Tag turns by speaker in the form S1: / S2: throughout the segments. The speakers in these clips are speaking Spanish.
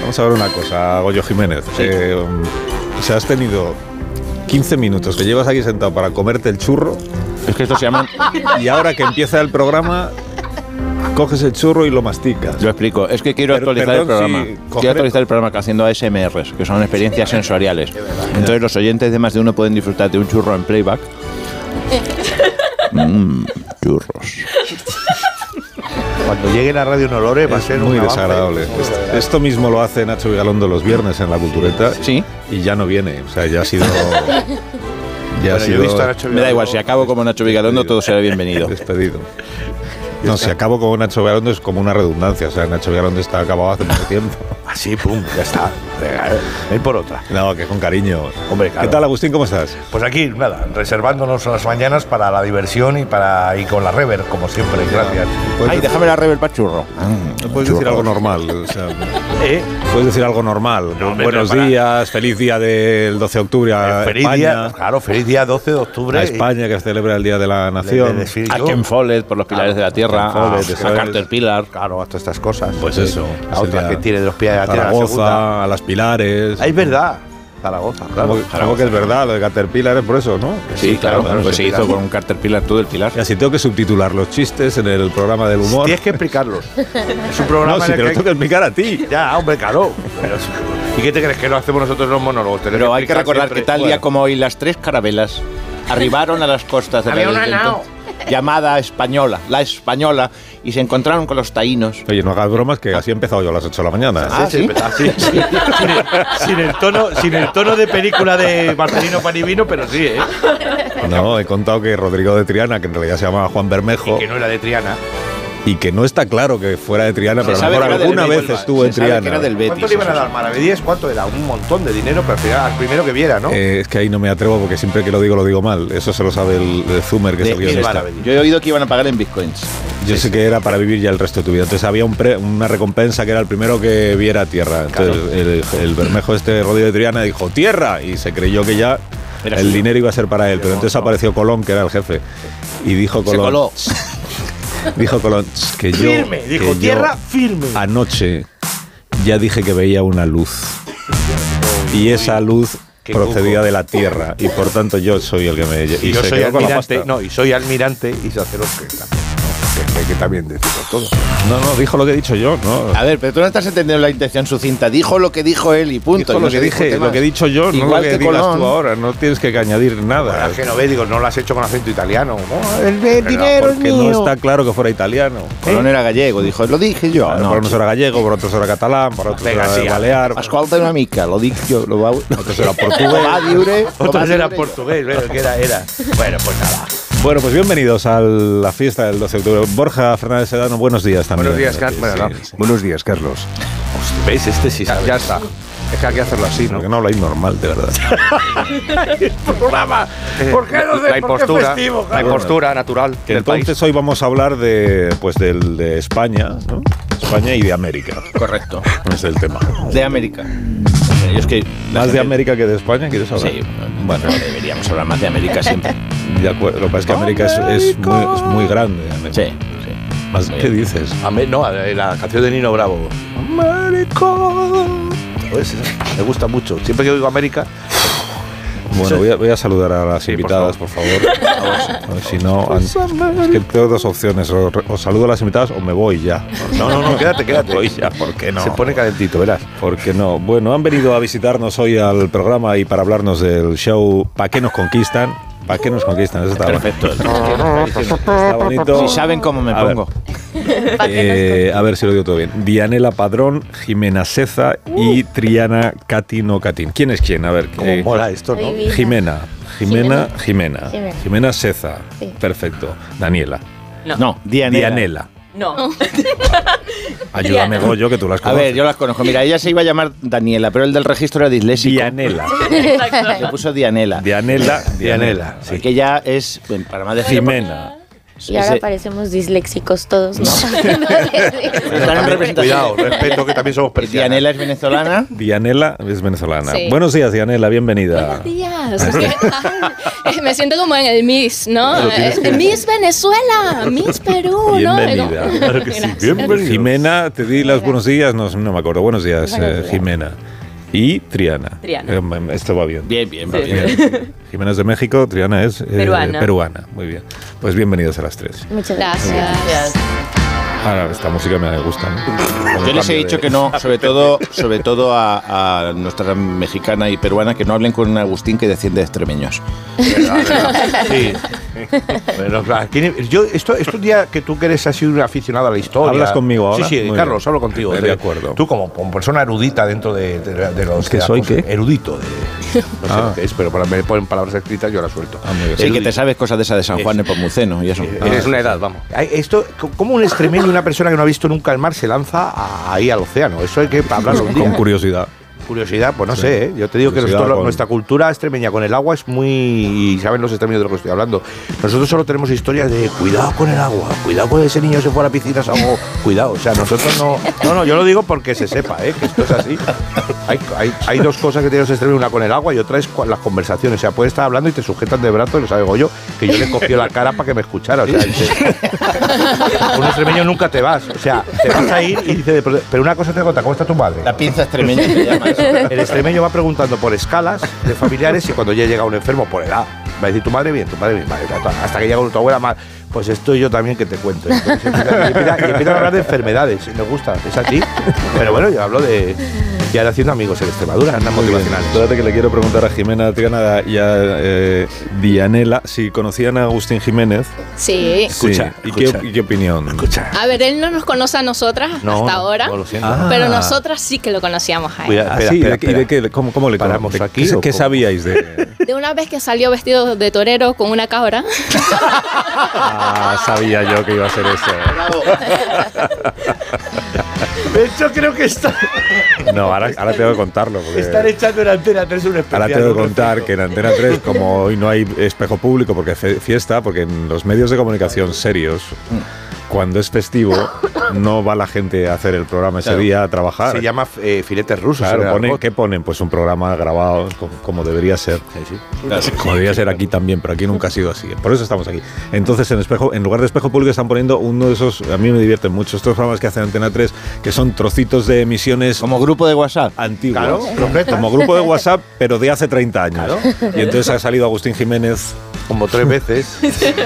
S1: vamos a ver una cosa, Goyo Jiménez. Eh, si has tenido 15 minutos que llevas aquí sentado para comerte el churro
S2: Es que esto se llama.
S1: y ahora que empieza el programa, coges el churro y lo masticas.
S2: Lo explico. Es que quiero
S1: Pero,
S2: actualizar
S1: perdón,
S2: el programa.
S1: sí, coger-
S2: quiero actualizar el programa que haciendo ASMRs, que son experiencias sensoriales. Entonces los oyentes de más de uno pueden disfrutar de un churro en playback. Mmm, churros.
S3: Cuando llegue la radio en Olores va a ser
S1: Muy
S3: un avance.
S1: desagradable. Esto mismo lo hace Nacho Vigalondo los viernes en la cultureta.
S2: Sí.
S1: Y ya no viene. O sea, ya ha sido. Ya ha
S3: Bueno, yo he
S1: sido
S3: visto a Nacho
S2: Me da igual, si acabo como Nacho Vigalondo, todo será bienvenido.
S1: despedido. No, si acabo con Nacho Vigalondo es como una redundancia. O sea, Nacho Vigalondo está acabado hace mucho tiempo.
S3: Así, pum, ya está. Venga, eh, Ven por otra.
S1: No, que con cariño.
S3: Hombre, claro.
S1: ¿Qué tal, Agustín? ¿Cómo estás?
S3: Pues aquí, nada, reservándonos las mañanas para la diversión y para y con la rever, como siempre. Gracias.
S1: Puedes,
S2: Ay, déjame la Rebel Pachurro.
S1: puedes decir algo normal. o sea,
S3: Eh,
S1: puedes decir algo normal.
S3: No, hombre,
S1: Buenos
S3: pero para- Eh,
S1: días, feliz día del 12 de octubre a
S3: feliz
S1: España.
S3: día, claro, feliz día 12 de octubre.
S1: A España que celebra el Día de la
S3: Le- le
S1: Nación.
S3: decir
S2: A
S3: yo,
S2: Ken Follett por los pilares de la tierra.
S1: Ken
S2: A,
S1: Follett, eso
S2: a
S1: es.
S2: Carter Pilar.
S3: Claro, a todas estas cosas.
S1: Pues eso.
S3: La otra
S1: sería
S3: que tiene de los pies a la tierra, la segunda.
S1: Zaragoza, a las Pilares.
S3: Ah, es verdad. Zaragoza, claro.
S1: Algo que es verdad, lo de Caterpillar es por eso, ¿no?
S2: Sí, claro,
S3: claro,
S2: pues
S3: sí,
S2: se hizo
S3: claro.
S2: con un Carter Pilar todo el Pilar.
S1: Y así tengo que subtitular los chistes en el programa del humor.
S3: Tienes que explicarlos. es un programa
S1: No, si
S3: en
S1: te
S3: el
S1: lo
S3: que hay-
S1: tengo que explicar a ti.
S3: Ya, hombre, claro. Pero sí. ¿Y qué te crees que no hacemos nosotros los monólogos? Tenemos
S2: Pero hay que
S3: explicar
S2: recordar
S3: siempre.
S2: que tal día
S3: Bueno.
S2: como hoy las tres carabelas arribaron a las costas de la
S4: Había una
S2: isla
S4: nao.
S2: entonces llamada española, la española, y se encontraron con los taínos.
S1: Oye, no hagas bromas que así he empezado yo a las 8 de la mañana. ¿eh?
S2: Ah, sí.
S3: así, sí. sin, el, sin el tono, sin el tono de película de Marcelino Panivino, pero sí, ¿eh?
S1: No, he contado que Rodrigo de Triana, que en realidad se llamaba Juan
S3: Y
S1: Bermejo,
S3: que no era de Triana.
S1: y que no está claro que fuera de Triana, pero a lo
S2: sabe
S1: mejor
S2: que era del
S1: alguna vez
S2: Huelva,
S1: estuvo
S2: se
S1: en
S2: sabe que
S1: Triana.
S2: era del
S3: ¿Cuánto
S2: Betis.
S3: le iban a
S2: eso
S3: dar?
S2: sí.
S3: Maravedíes, ¿cuánto era? Un montón de dinero, pero al final, al primero que viera, ¿no?
S1: Eh, es que ahí no me atrevo porque siempre que lo digo lo digo mal. Eso se lo sabe el, el Zumer, que es
S2: De
S1: el
S2: mil
S1: guionista.
S3: maravillas.
S2: Yo he oído que iban a pagar en bitcoins.
S1: Yo sé que era para vivir ya el resto de tu vida. Entonces había un pre- una recompensa que era el primero que viera tierra. Entonces el, el Bermejo este Rodrigo de Triana dijo tierra y se creyó que ya
S2: Era
S1: el
S2: suyo.
S1: dinero iba a ser para él. Pero entonces apareció Colón, que era el jefe, y dijo
S2: Se
S1: Colón,
S2: coló.
S1: dijo Colón "Tss, que yo
S3: Firme, dijo,
S1: que yo
S3: "Tierra, firme".
S1: Anoche ya dije que veía una luz y esa luz
S3: qué
S1: procedía
S3: cuco.
S1: de la tierra y por tanto yo soy el que me
S3: y yo
S1: se
S3: soy
S1: quedó con la
S3: almirante,
S1: pasta.
S3: no, y soy almirante y sacerdote. ¿no? Que hay que también decirlo todo.
S1: no, no, dijo lo que he dicho yo, no.
S5: Ah.
S2: A ver, pero tú no estás entendiendo la intención sucinta. Dijo lo que dijo él y punto.
S1: Dijo
S2: y no
S1: lo,
S2: se
S1: que dije,
S2: discute
S1: lo que he
S2: más.
S1: dicho yo, no lo
S2: Igual
S1: que,
S2: que
S1: digas
S2: Colón.
S1: tú ahora. No tienes que añadir nada.
S3: Al genovés, digo, no lo has hecho con acento italiano. ¿no? El, el dinero es
S1: Porque
S3: mío.
S1: no está claro que fuera italiano.
S2: Colón era gallego, dijo, lo dije yo.
S1: Para
S2: no,
S1: unos era gallego, por otros era catalán, por otros
S3: Venga,
S1: era
S3: sí,
S1: de balear,
S2: Ascolta una mica, lo dije yo. Lo va...
S1: otros era
S2: Lo va a
S1: portugués.
S2: diure, lo va a
S3: Otros
S2: diure
S3: era
S2: yo.
S3: portugués, pero que era, era. Bueno, pues nada.
S1: Bueno, pues bienvenidos a la fiesta del 12 de octubre. Borja Fernández Sedano, buenos días también.
S5: Buenos días, Carlos.
S1: Sí, sí, sí.
S5: Buenos días, Carlos.
S3: ¿Veis? Este sí
S5: Ya,
S3: sabe.
S5: ya está. Es que hay que hacerlo así, ¿no?
S1: Porque no habláis normal, de verdad.
S3: programa. ¿Por qué no sé?
S5: Eh, La
S3: ¿Por qué
S5: impostura,
S3: festivo,
S5: la
S3: Carlos?
S5: impostura natural
S1: Que
S5: del
S1: entonces hoy vamos a hablar de, pues, del, de España, ¿no? España y de América.
S2: Correcto.
S1: Es el tema.
S2: De América. Yo es que la
S1: ¿Más de
S2: gente-
S1: América que de España quieres hablar?
S2: Sí,
S1: Bueno,
S2: bueno, deberíamos hablar más de América siempre.
S1: de acuerdo. Lo que pasa es que América es, es muy, es muy grande. América.
S2: Sí,
S1: Más- ¿Qué dices?
S3: A mí- no, a ver, la canción de Nino Bravo. América. Pues, me gusta mucho. Siempre que oigo América,
S1: Bueno, voy a, voy a saludar a las
S3: Sí, por
S1: invitadas, por favor. Pues, A ver si no. an- Es que tengo dos opciones. O, re- o saludo a las invitadas o me voy ya.
S3: No, no, no, quédate, quédate.
S1: Me voy ya, ¿por
S2: Eh,
S1: qué no?
S3: se pone calentito, verás.
S1: ¿Por qué no? Bueno, han venido a visitarnos hoy al programa y para hablarnos del show ¿Para qué nos conquistan? ¿Para qué nos conquistan? Eso está bueno.
S2: perfecto.
S1: Está bonito.
S2: Si saben cómo me
S1: A ver.
S2: pongo.
S1: Eh, a ver si lo digo todo bien. Dianela Padrón, Jimena Seza y Triana Catino Catín. ¿Quién es quién? A ver.
S3: Como
S1: eh,
S3: mola esto, ¿no?
S6: Muy bien.
S1: Jimena, Jimena, Jimena.
S6: Jimena.
S1: Jimena Seza.
S6: Sí.
S1: Perfecto. Daniela.
S2: No, Dianela.
S1: Dianela.
S4: No.
S1: Ayúdame, Goyo, que tú las
S2: A
S1: conoces.
S2: ver, yo las conozco. Mira, ella se iba a llamar Daniela, pero el del registro era disléxico.
S1: Dianela.
S4: Exacto.
S2: Le puso Dianela.
S1: Dianela.
S3: Dianela,
S2: Que ya es, bueno, para más decir.
S1: Jimena.
S7: Y ahora
S2: Ese-
S7: parecemos disléxicos todos, ¿no? Están
S2: en representación.
S3: Cuidado, respeto que también somos persianas.
S2: Dianela es venezolana.
S1: Dianela es venezolana.
S8: Sí.
S1: Buenos días, Dianela, bienvenida.
S8: Buenos días. Ay, eh, Me siento como en el Miss, ¿no? Eh, Miss Venezuela, Miss Perú, Oh, ¿no?
S1: Bienvenida.
S8: Como-
S1: Claro
S8: Gracias.
S1: Jimena, te di los buenos días, no, no me acuerdo. Buenos días, eh, Jimena. Y Triana.
S6: Triana.
S1: Eh, esto va bien.
S2: Bien, bien,
S1: Bien. Jimena es de México, Triana es eh,
S6: Peruana.
S1: peruana. Muy bien. Pues bienvenidas a las tres.
S7: Muchas gracias.
S8: Gracias.
S1: Ahora, esta música me gusta. ¿no?
S2: Yo les he dicho que no, sobre todo, sobre todo a, a nuestra mexicana y peruana, que no hablen con un Agustín que desciende de extremeños.
S9: Sí.
S3: Bueno, claro, tiene- yo, esto, esto un día que tú que eres así un aficionado a la historia.
S1: ¿Hablas conmigo ahora?
S3: Sí, sí,
S1: Muy
S3: Carlos,
S1: bien.
S3: hablo contigo.
S1: De
S3: Te-
S1: acuerdo.
S3: Tú como, como persona erudita dentro de, de, la- de los.
S1: ¿Que
S3: de la
S1: soy
S3: cosa,
S1: qué?
S3: Erudito. De, no sé
S1: Ah.
S3: lo que es, pero para, me ponen palabras escritas yo las suelto.
S1: Ah, muy bien.
S2: Sí, que te sabes cosas de esa de San Juan de Pomuceno y eso.
S3: Eh,
S2: Ah.
S3: Eres una edad, vamos. Ay, Esto, co- como un extremeño, una persona que no ha visto nunca el mar, se lanza a- ahí al océano. Eso hay que hablarlo un día.
S1: Con curiosidad.
S3: Curiosidad, pues no
S1: Sí.
S3: sé, ¿eh? yo te digo que
S1: Curiosidad
S3: nosotros, la-
S1: con-
S3: nuestra cultura extremeña con el agua es muy. y saben los extremeños de lo que estoy hablando. Nosotros solo tenemos historias de cuidado con el agua, cuidado con ese niño se fue a la piscina, se ahogó, cuidado. O sea, nosotros no. No, no, yo lo digo porque se sepa, ¿eh? que esto es así. Hay, hay- hay dos cosas que tienen los extremeños, una con el agua y otra es con las conversaciones. O sea, puedes estar hablando y te sujetan de brazo, y lo sabes yo, que yo le cogió la cara para que me escuchara. O sea, dices, un extremeño nunca te vas. O sea, te vas a ir y dices, pero pero una cosa te cuenta, ¿cómo está tu madre?
S2: La pinza extremeña se llama eso.
S3: El extremeño va preguntando por escalas de familiares y cuando ya llega un enfermo por edad. Va a decir tu madre bien, tu madre bien, vale, ta, ta, hasta que llega tu abuela mal. Pues estoy yo también que te cuento. Entonces empieza- Y empieza- y empiezan a hablar de enfermedades, y me gusta, es así. Pero bueno, yo hablo de. Y ahora haciendo amigos en Extremadura, andan
S1: Muy bien.
S3: motivacionales.
S1: Espérate que le quiero preguntar a Jimena Triana y a eh, Dianela si conocían a Agustín Jiménez.
S8: Sí.
S3: Escucha,
S1: Sí. ¿Y,
S3: escucha.
S1: Qué, y qué opinión?
S3: Escucha.
S8: A ver, él no nos conoce a nosotras
S3: No,
S8: hasta
S3: no,
S8: ahora,
S3: no, lo siento.
S1: Ah.
S8: pero nosotras sí que lo conocíamos a él.
S3: Cuidado,
S1: Ah,
S3: espera,
S1: sí,
S3: espera,
S1: ¿y de- y de
S3: espera.
S1: qué- cómo, cómo le
S3: ¿Paramos
S1: de-
S3: aquí
S1: ¿Qué,
S3: o
S1: qué
S3: cómo?
S1: sabíais de.?
S8: De una vez que salió vestido de torero con una cabra.
S1: Ah, sabía yo que iba a ser eso.
S9: De hecho, creo que está,
S1: No, ahora, ahora tengo que contarlo. porque-
S3: Eh.
S9: están echando en antena 3 un especial.
S1: Ahora tengo que
S9: un
S1: contar que en Antena 3, como hoy no hay espejo público porque es fe- fiesta, porque en los medios de comunicación serios, cuando es festivo, no va la gente a hacer el programa ese
S2: Claro.
S1: día a trabajar.
S3: Se llama eh, filetes rusos.
S1: Claro,
S3: en el
S1: ponen-
S3: argot.
S1: ¿qué ponen? Pues un programa grabado co- como, debería ser. Como debería ser aquí también, pero aquí nunca ha sido así. ¿eh? Por eso estamos aquí. Entonces, en espejo, en lugar de espejo público están poniendo uno de esos, a mí me divierten mucho, estos programas que hacen Antena 3, que son trocitos de emisiones
S2: Como grupo de WhatsApp.
S1: antiguos.
S3: Claro, croquetas.
S1: como grupo de WhatsApp, pero de hace 30 años. Y entonces ha salido Agustín Jiménez
S3: Como tres veces.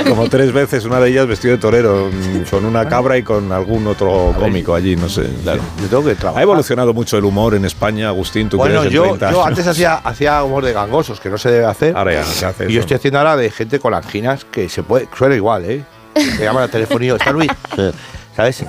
S1: como tres veces, una de ellas vestido de torero, mm, con una cabra y con algún otro cómico allí, no sé. claro.
S3: Yo tengo que
S1: Ha
S3: trabajar.
S1: evolucionado mucho el humor en España, Agustín, tú que
S3: Bueno,
S1: eres de
S3: yo,
S1: 30
S3: yo
S1: años.
S3: antes hacía, hacía humor de gangosos, que no se debe hacer.
S1: Ahora ya no se hace
S3: Y
S1: eso.
S3: yo estoy haciendo ahora de gente con anginas que se puede, suena igual, ¿eh? Me llaman al teléfono y yo, ¿está Luis? ¿Sabes?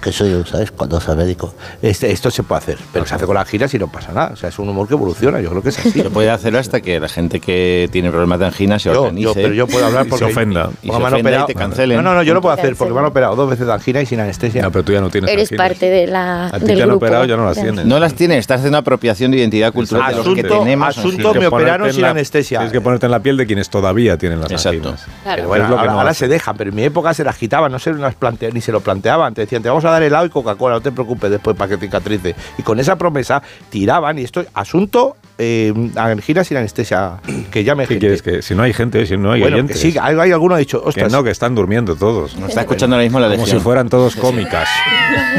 S10: que soy, yo, ¿sabes? Cuando soy médico.
S3: Este- esto se puede hacer, pero se hace con las giras y no pasa nada. O sea, es un humor que evoluciona, yo creo que es así.
S2: Se puede hacerlo hasta que la gente que tiene problemas de angina se
S3: Yo,
S2: organice.
S3: yo, pero yo puedo hablar
S1: ¿eh? Y
S3: porque.
S1: se ofenda.
S2: Y
S3: porque
S2: se
S3: me han
S2: ofenda y
S3: operado.
S2: te cancelen.
S3: No, no, no, yo lo puedo hacer
S7: Cancelen.
S3: porque me han operado dos veces de angina y sin anestesia.
S1: No, pero tú ya no tienes
S7: Eres
S1: anginas.
S7: parte de la,
S1: A ti
S7: del
S1: te han
S7: grupo.
S1: operado, ya no las
S7: Ya.
S1: tienes.
S2: No las tiene, está haciendo apropiación de identidad cultural de los que
S3: Asunto-
S2: tenemos.
S3: asunto-
S1: Tienes que
S3: me operaron
S1: ponerte en
S3: sin anestesia.
S1: Tienes que ponerte en la piel de quienes todavía tienen las
S2: Exacto.
S1: anginas.
S8: Claro.
S3: Pero bueno,
S1: Es lo que
S3: ahora,
S1: no
S3: ahora
S1: hace.
S3: se dejan, pero en mi época se las quitaban, no se las plantea, ni se lo planteaban. Te decían, te vamos a dar helado y Coca-Cola, no te preocupes después para que cicatrices. Y con esa promesa tiraban, y esto, asunto, eh, angina sin anestesia, que ya me
S1: ¿Qué quieres que? Eh, Si no hay gente, si no hay
S3: bueno, que
S1: oyentes.
S3: sí, hay, hay alguno que ha dicho,
S1: Que
S3: ostras,
S1: no, que están durmiendo todos.
S2: Nos está escuchando ahora mismo la
S1: Como si
S2: legión.
S1: fueran todos cómicas.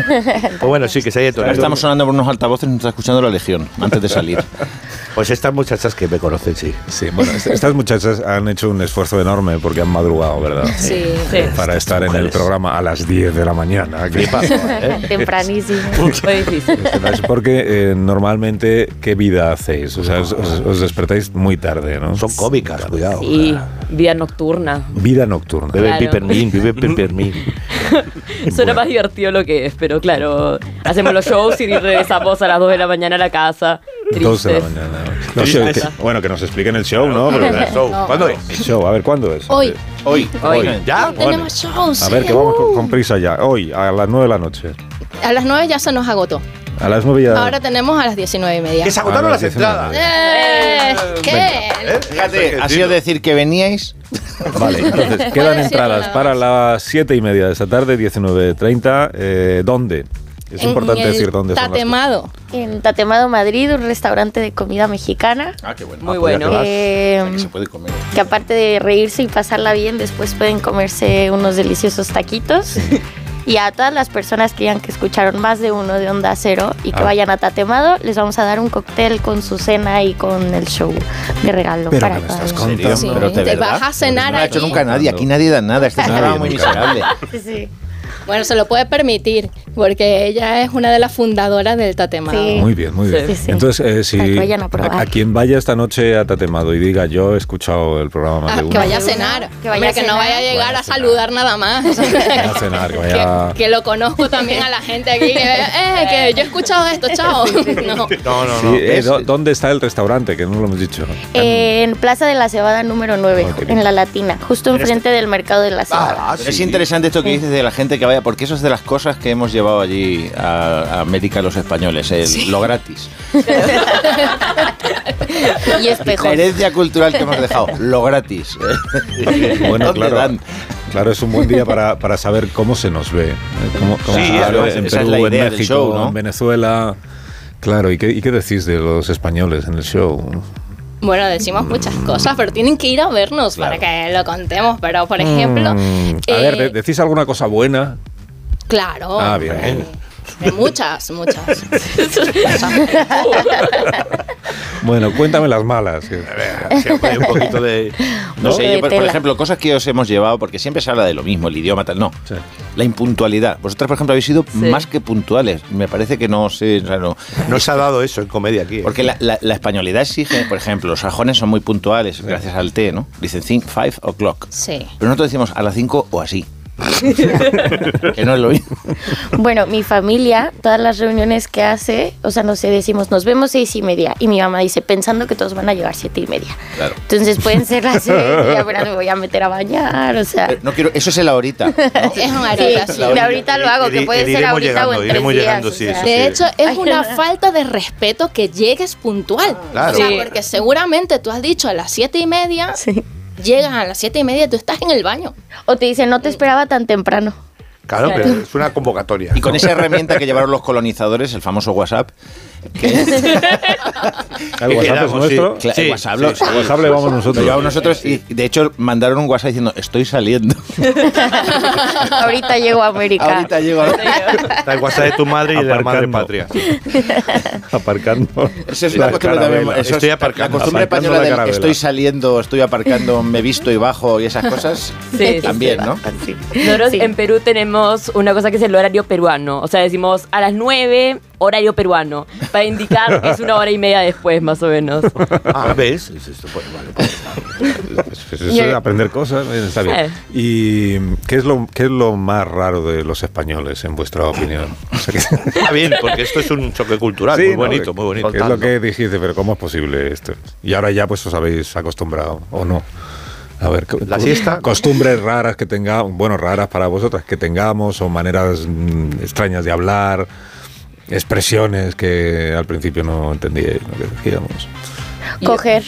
S3: pues bueno, sí, que se haya
S2: Ahora
S3: tornado.
S2: estamos sonando por unos altavoces, nos está escuchando la legión antes de salir.
S3: Pues estas muchachas que me conocen, sí.
S1: Sí, bueno, est- estas muchachas han hecho un esfuerzo enorme porque han madrugado, ¿verdad? Eh,
S8: Sí.
S1: Para estar en el
S2: mujeres.
S1: programa a las 10 de la mañana. eh? que-
S7: Tempranísimo.
S6: Fue difícil.
S1: Es porque eh, normalmente, ¿qué vida hacéis? O sea, os, os- os despertáis muy tarde, ¿no?
S3: Son cómicas, cuidado.
S6: Y vida nocturna.
S1: Vida nocturna.
S3: Bebe
S6: Claro.
S3: pipermín, bebe pipermín.
S6: Suena más divertido lo que es, pero claro, hacemos los shows y regresamos a las 2 de la mañana a la casa.
S1: Dos de la
S6: tristes.
S1: mañana. No sé, que- bueno, que nos expliquen el show, ¿no? Pero el show.
S3: ¿Cuándo es?
S1: a ver, ¿cuándo es?
S8: Hoy.
S2: Hoy,
S6: Hoy.
S3: ¿Ya?
S8: Tenemos shows. Uh,
S1: A ver, que vamos con, con prisa ya. Hoy, a las 9 de la noche.
S8: A las 9 ya se nos agotó.
S1: A las 9
S6: Ah,
S1: ya.
S8: Ahora tenemos a las 19 y media.
S3: Que se agotaron
S1: Ah,
S3: las
S1: no, diecinueve.
S3: entradas.
S8: Eh, ¿Qué?
S2: Fíjate, Eh, ha sido decir que veníais.
S1: Vale, entonces quedan
S8: decir
S1: entradas
S8: nada
S1: para las 7 y media de esta tarde, 19.30. Eh, ¿Dónde? Es
S8: En
S1: importante
S8: el
S1: decir dónde son las cosas.
S8: Tatemado.
S4: En Tatemado, Madrid, un restaurante de comida mexicana.
S2: Ah, qué bueno.
S6: Muy
S1: Ah, pues ya
S6: bueno.
S1: te vas.
S4: eh,
S2: Que se puede comer.
S4: que aparte de reírse y pasarla bien, después pueden comerse unos deliciosos taquitos. Y a todas las personas que digan que escucharon más de uno de Onda Cero y que
S1: Ah.
S4: vayan a Tatemado, les vamos a dar un cóctel con su cena y con el show de regalo
S1: Pero
S4: para
S1: que me
S4: cada
S1: estás
S4: uno.
S1: contando.
S8: Sí,
S2: Pero de
S8: te
S2: verdad,
S8: vas a cenar
S2: No lo ha hecho
S8: allí.
S2: nunca nadie. Aquí nadie da nada. Este
S1: Nadie
S2: programa muy
S1: nunca.
S2: miserable.
S4: Sí, sí.
S8: Bueno, se lo puede permitir, porque ella es una de las fundadoras del Tatemado.
S4: Sí.
S1: Muy bien, muy
S6: Sí.
S1: bien.
S4: Sí, sí.
S1: Entonces, eh, si
S4: Para que vayan a probar.
S1: a, a quien vaya esta noche a Tatemado y diga yo he escuchado el programa más
S8: Ah,
S1: de uno.
S8: que vaya a
S4: uno.
S8: cenar.
S4: Que vaya
S8: Hombre,
S4: a
S8: que no
S4: cenar.
S8: vaya a llegar
S1: Vaya a
S8: a saludar nada más.
S1: Vaya a cenar, que vaya-
S8: Que, que lo conozco también a la gente aquí. Que, eh, que yo he escuchado esto, chao. No.
S3: No, no,
S1: Sí,
S3: no.
S1: eh,
S3: Es-
S1: ¿dó- ¿Dónde está el restaurante? Que no lo hemos dicho.
S4: En Plaza de la Cebada número 9,
S1: Ok.
S4: en La Latina, justo enfrente del Mercado de la Cebada.
S3: Ah,
S2: Pero Es
S3: sí.
S2: interesante esto que dices de la gente que vaya, porque eso es de las cosas que hemos llevado allí a, a América los españoles, el- lo gratis.
S4: Y
S2: La
S4: espejos.
S2: herencia cultural que hemos dejado, lo gratis. ¿eh?
S1: Bueno,
S2: ¿Dónde
S1: claro.
S2: dan?
S1: Claro, es un buen día para, para saber cómo se nos ve. ¿eh? Cómo, cómo
S2: Sí,
S1: se nos
S2: claro,
S1: ve
S2: esa
S1: en
S2: es la
S1: Perú, en
S2: idea del
S1: México,
S2: show, ¿no?
S1: en Venezuela. Claro, ¿y qué, ¿y qué decís de los españoles en el show?
S8: Bueno, decimos muchas cosas, pero tienen que ir a vernos para que lo contemos. Pero, por ejemplo.
S1: Mm, a
S8: eh, Oh.
S1: ver, de- ¿decís alguna cosa buena?
S8: Claro.
S1: ah, bien.
S8: de Muchas, muchas.
S1: Bueno, cuéntame las malas.
S3: Siempre un poquito de.
S2: No
S4: ¿No?
S2: sé, yo,
S4: De
S2: por, por
S4: tela.
S2: ejemplo, cosas que os hemos llevado, porque siempre se habla de lo mismo, el idioma, tal, no.
S1: Sí.
S2: La impuntualidad. Vosotras, por ejemplo, habéis sido
S6: Sí.
S2: más que puntuales. Me parece que no sé, o sea, no.
S3: No se ha dado eso en comedia aquí. ¿eh?
S2: Porque la, la- la españolidad exige, por ejemplo, los sajones son muy puntuales, gracias al té, ¿no? Dicen "Think five o'clock.
S8: Sí.
S2: Pero nosotros decimos a las 5 o así. que no es lo mismo.
S4: Bueno, mi familia, todas las reuniones que hace, o sea, no sé, decimos, nos vemos seis y media. Y mi mamá dice, pensando que todos van a llegar siete y media.
S2: Claro.
S4: Entonces pueden ser las seis y apenas me voy a meter a bañar, o sea.
S2: Pero Eh, No quiero, eso es el ahorita. ¿no?
S8: Es una
S4: Sí,
S8: horita, sí.
S4: de ahorita lo hago,
S3: Ir-
S4: que puede
S3: ir-
S4: ser
S3: iremos
S4: ahorita
S3: llegando,
S4: o en tres
S3: iremos
S4: días,
S3: llegando,
S4: o
S3: sí,
S4: sea.
S3: sí, sí.
S8: De hecho, es
S4: Ay,
S8: una
S4: no.
S8: falta de respeto que llegues puntual.
S3: Ah. Claro.
S8: O sea,
S6: Sí.
S8: porque seguramente tú has dicho a las siete y media,
S4: Sí.
S8: llegas a las siete y media y tú estás en el baño.
S4: O te dicen, no te esperaba tan temprano.
S3: Claro, pero es una convocatoria.
S2: Y con esa herramienta que llevaron los colonizadores, el famoso WhatsApp. que-
S1: El WhatsApp es
S3: Quedamos, sí.
S1: nuestro.
S2: Cla-
S11: Sí,
S2: WhatsApp, lo-
S1: sí, sí. WhatsApp le vamos nosotros.
S2: Lo llevamos nosotros y de hecho mandaron un WhatsApp diciendo estoy saliendo.
S4: ahorita llego a América.
S2: Ahorita llego. a-
S3: Está el WhatsApp de tu madre y de la madre
S1: Aparcando.
S3: patria.
S1: Aparcando.
S2: Eso es
S1: la
S2: una costumbre también-
S1: carabela.
S2: eso es-
S3: Estoy aparcando.
S2: La costumbre
S1: Aparcando
S2: española
S1: la
S2: del
S1: carabela.
S2: estoy saliendo, estoy aparcando, me visto y bajo y esas cosas.
S6: Sí,
S2: también, ¿no?
S6: Nosotros
S4: Sí.
S6: en Perú tenemos una cosa que es el horario peruano. O sea, decimos a las 9, horario peruano. Para indicar que es una hora y media después, más o menos.
S3: Ah, ¿ves? Es esto, pues, vale, pues.
S1: Pues eso es aprender cosas, eh, está bien.
S6: Sí.
S1: ¿Y mm, qué es, lo, qué es lo más raro de los españoles, en vuestra opinión? O sea, que-
S3: Está bien, porque esto es un choque cultural.
S1: Sí,
S3: muy
S1: ¿no?
S3: bonito, muy bonito.
S1: Que Es lo que dijiste, pero ¿cómo es posible esto? Y ahora ya pues os habéis acostumbrado, ¿o no? A ver, co-
S3: La
S1: co-
S3: siesta.
S1: Costumbres raras que tengamos, bueno, raras para vosotras que tengamos, o maneras mm, extrañas de hablar, expresiones que al principio no entendíais lo que decíamos.
S4: Coger,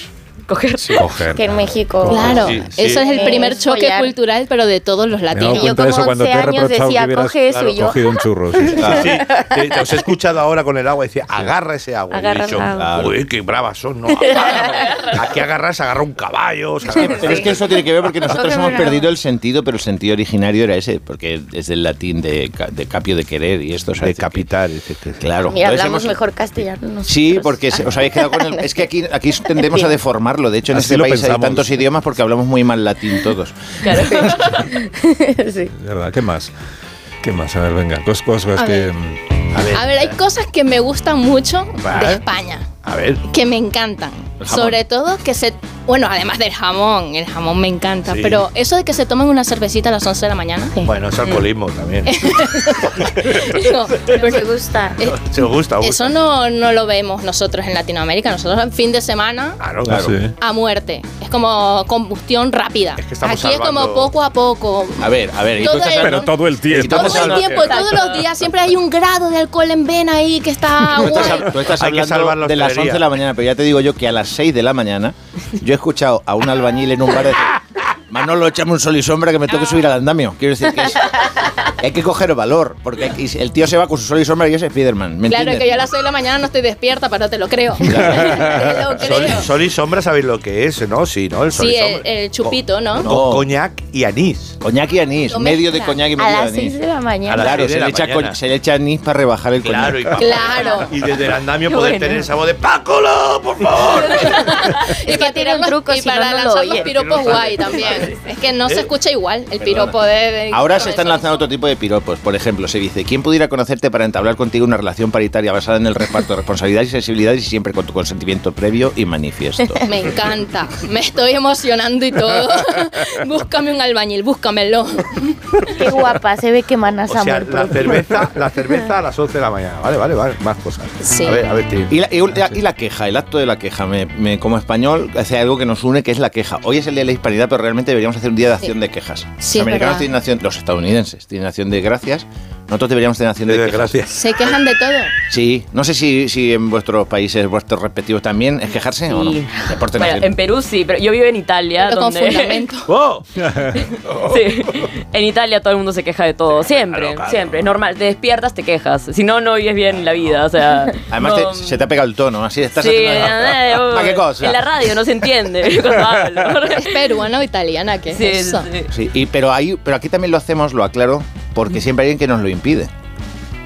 S6: Coger.
S1: Coger.
S4: que en México.
S1: Coger.
S8: Claro,
S3: Sí, sí.
S8: eso es el
S4: Eh,
S8: primer choque
S4: follar.
S8: cultural, pero de todos los
S1: Me he dado
S4: Y
S8: latinos.
S4: yo
S1: cuenta de
S4: como
S1: eso cuando te
S4: 11
S1: he
S4: años
S1: reprochado
S4: decía,
S1: que hubieras
S4: "Coge eso", y yo,
S1: cogido un churro. sí.
S3: Ah, sí. Te, te os he escuchado ahora con el agua y decía, agarra ese agua. Y he
S4: Agarra
S3: dicho,
S4: el agua.
S3: Uy, qué bravas son, ¿no? Agarra. Aquí agarras, se agarra un caballo. se agarra-
S2: Pero es que eso tiene que ver porque nosotros
S4: Entonces,
S2: hemos
S4: bueno.
S2: perdido el sentido, pero el sentido originario era ese, porque es del latín de, ca- de capio de querer y esto. o sea,
S3: De
S2: es decir,
S3: capital, etcétera.
S2: Claro.
S4: Mira,
S2: Entonces
S4: hablamos
S2: hemos-
S4: mejor castellano. nosotros.
S2: Sí, porque se- os habéis quedado con el. Es que aquí, aquí tendemos a deformarlo. De hecho, en
S1: Así
S2: este
S1: lo
S2: país hay
S1: pensamos.
S2: tantos idiomas porque hablamos muy mal latín todos.
S6: Claro.
S4: Sí.
S1: De ¿Verdad? Ah, ¿Qué más? ¿Qué más? A ver, venga, cos- cosas
S8: A
S1: que... mm,
S8: ver.
S3: A ver,
S8: A ver, hay cosas que me gustan mucho
S3: Vale.
S8: de España,
S3: a ver.
S8: que me encantan.
S2: jamón.
S8: Sobre todo que se. Bueno, además del jamón, el jamón me encanta,
S3: Sí.
S8: pero eso de que se tomen una cervecita a las 11 de la mañana.
S3: Bueno, es alcoholismo también.
S8: digo,
S7: Pero me gusta.
S8: eh,
S3: Se os gusta, os gusta.
S8: eso no, no lo vemos nosotros en Latinoamérica. Nosotros en fin de semana
S3: Claro,
S1: Ah,
S3: claro.
S1: sí.
S8: a muerte. Es como combustión rápida.
S3: Es que
S8: Aquí
S3: estamos
S8: es como
S3: salvando-
S8: poco a poco.
S2: A ver, a ver. y tú
S8: Todo
S2: estás
S8: el-
S1: Pero
S2: hablando-
S1: todo el tiempo.
S8: Todo
S2: Estamos
S8: el
S2: hablando-
S8: tiempo, todos los días, siempre hay un grado de alcohol en vena ahí que está
S2: Tú estás,
S8: guay.
S2: hab- tú estás
S3: Hay que salvar la
S2: hablando de las
S3: hostelería.
S2: 11 de la mañana, pero ya te digo yo que a las 6 de la mañana yo he escuchado a un albañil en un bar de... Manolo, échame un sol y sombra que me tengo que subir al andamio. Quiero decir que es- hay que coger valor, porque hay que- el tío se va con su sol y sombra y yo soy Spiderman. ¿me
S8: Claro,
S2: entiendes?
S8: que yo a las 6 de la mañana no estoy despierta, pero te lo creo. Te lo
S3: Sol,
S8: creo.
S3: sol y sombra, ¿sabéis lo que es? ¿No? Sí, ¿no? El sol
S8: Sí,
S3: y sombra.
S8: el, el chupito, ¿no?
S3: Con
S2: No.
S3: coñac y anís.
S2: Coñac y anís,
S8: Lo
S2: medio de
S8: mezcla.
S2: coñac y
S7: A
S2: medio de
S7: las 6
S2: anís.
S7: de la mañana.
S3: A las
S2: Claro,
S3: seis de
S2: se
S3: la
S2: le, echa
S3: mañana.
S2: co- se le echa anís para rebajar el coñac.
S3: Claro, y pa-
S8: Claro.
S3: Y desde el andamio
S6: Qué
S3: poder
S6: bueno.
S3: tener esa voz de ¡Pácolo, por favor!
S8: Y para
S7: tiene un
S8: tirar
S7: truco,
S8: los, y
S7: si no,
S8: para
S7: no lo
S8: lanzar los
S7: oye.
S8: piropos guay también. Es que no se escucha igual el piropo de. de-
S2: Ahora
S8: con
S2: se
S8: el
S2: están
S8: sol.
S2: lanzando otro tipo de piropos. Por ejemplo, se dice, ¿quién pudiera conocerte para entablar contigo una relación paritaria basada en el reparto de responsabilidades y sensibilidades y siempre con tu consentimiento previo y manifiesto?
S8: Me encanta, me estoy emocionando y todo. Búscame un albañil, búscamelo.
S7: Qué guapa, se ve que manas
S3: O sea,
S7: amor
S3: la
S7: propio.
S3: cerveza, la cerveza a las 11 de la mañana. Vale, vale, vale. Más cosas.
S8: Sí.
S3: A ver, a ver, Ah, tío.
S2: Y la, y la- y la queja, el acto de la queja. Me- me- como español, hace algo que nos une, que es la queja. Hoy es el día de la hispanidad, pero realmente deberíamos hacer un día de acción
S8: Sí.
S2: de quejas.
S8: Sí, es
S2: los americanos
S8: verdad.
S2: tienen acción, los estadounidenses tienen acción de gracias. Nosotros deberíamos tener acción de, quejas.
S3: Gracias.
S8: Se quejan de todo.
S2: Sí, no sé si, si en vuestros países, vuestros respectivos también, es quejarse o no. Deporte
S6: Bueno,
S2: nacional.
S6: en Perú sí, pero yo vivo en Italia.
S8: Pero con
S6: donde-
S8: fundamento.
S6: em, Sí. En Italia todo el mundo se queja de todo. Siempre, siempre. Es normal. Te despiertas, te quejas. Si no, no vives bien la vida. O sea.
S2: Además, te-
S6: no-
S2: se te ha pegado el tono, así estás
S6: Sí, eh,
S2: haciendo- ¿Para qué cosa?
S6: En la radio no se entiende cuando hablo.
S8: Es peruana o italiana, ¿qué es
S6: Sí,
S8: eso?
S6: sí.
S2: Sí, y- pero, ahí, pero aquí también lo hacemos, lo aclaro, porque siempre hay alguien que nos lo impide.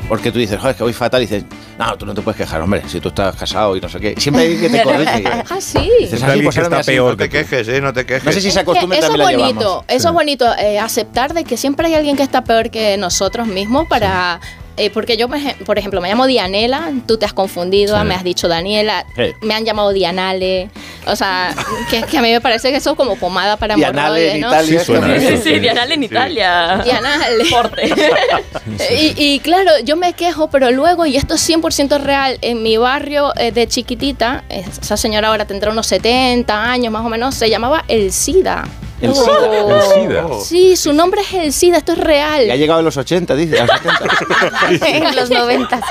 S2: Porque tú dices, joder, es que voy fatal, y dices, no, tú no te puedes quejar, hombre, si tú estás casado y no sé qué. Siempre hay alguien que te corrige.
S8: Ah,
S1: Siempre
S2: Dices, "Ah,
S8: sí.
S2: sí,
S1: alguien
S2: pues
S1: que
S2: ahora me
S1: está
S2: hace-".
S1: peor.
S3: No te quejes, ¿eh? No te quejes.
S2: No sé si esa
S8: Es que
S2: costumbre
S8: eso es
S2: también la
S8: bonito,
S2: llevamos.
S8: eso es bonito, eh, aceptar de que siempre hay alguien que está peor que nosotros mismos para... eh, porque yo, por ej- por ejemplo, me llamo Dianela, tú te has confundido,
S1: Sí.
S8: me has dicho Daniela,
S2: Sí.
S8: me han llamado Dianale, o sea, que, que a mí me parece que eso es como pomada para
S2: Dianale
S8: hemorroides,
S2: en
S8: ¿no?
S2: Italia.
S3: Sí, suena
S2: como-
S3: eso.
S6: Sí, sí, Dianale en Italia.
S8: Dianale.
S6: Porte.
S8: Y, Eh, y claro, yo me quejo, pero luego, y esto es 100% real, en mi barrio eh, de chiquitita, esa señora ahora tendrá unos 70 años más o menos, se llamaba El SIDA.
S2: El SIDA.
S1: El SIDA.
S8: Sí, su nombre es El SIDA, esto es real.
S2: Y ha llegado a los 80, dice. a los 70.
S7: en los 90.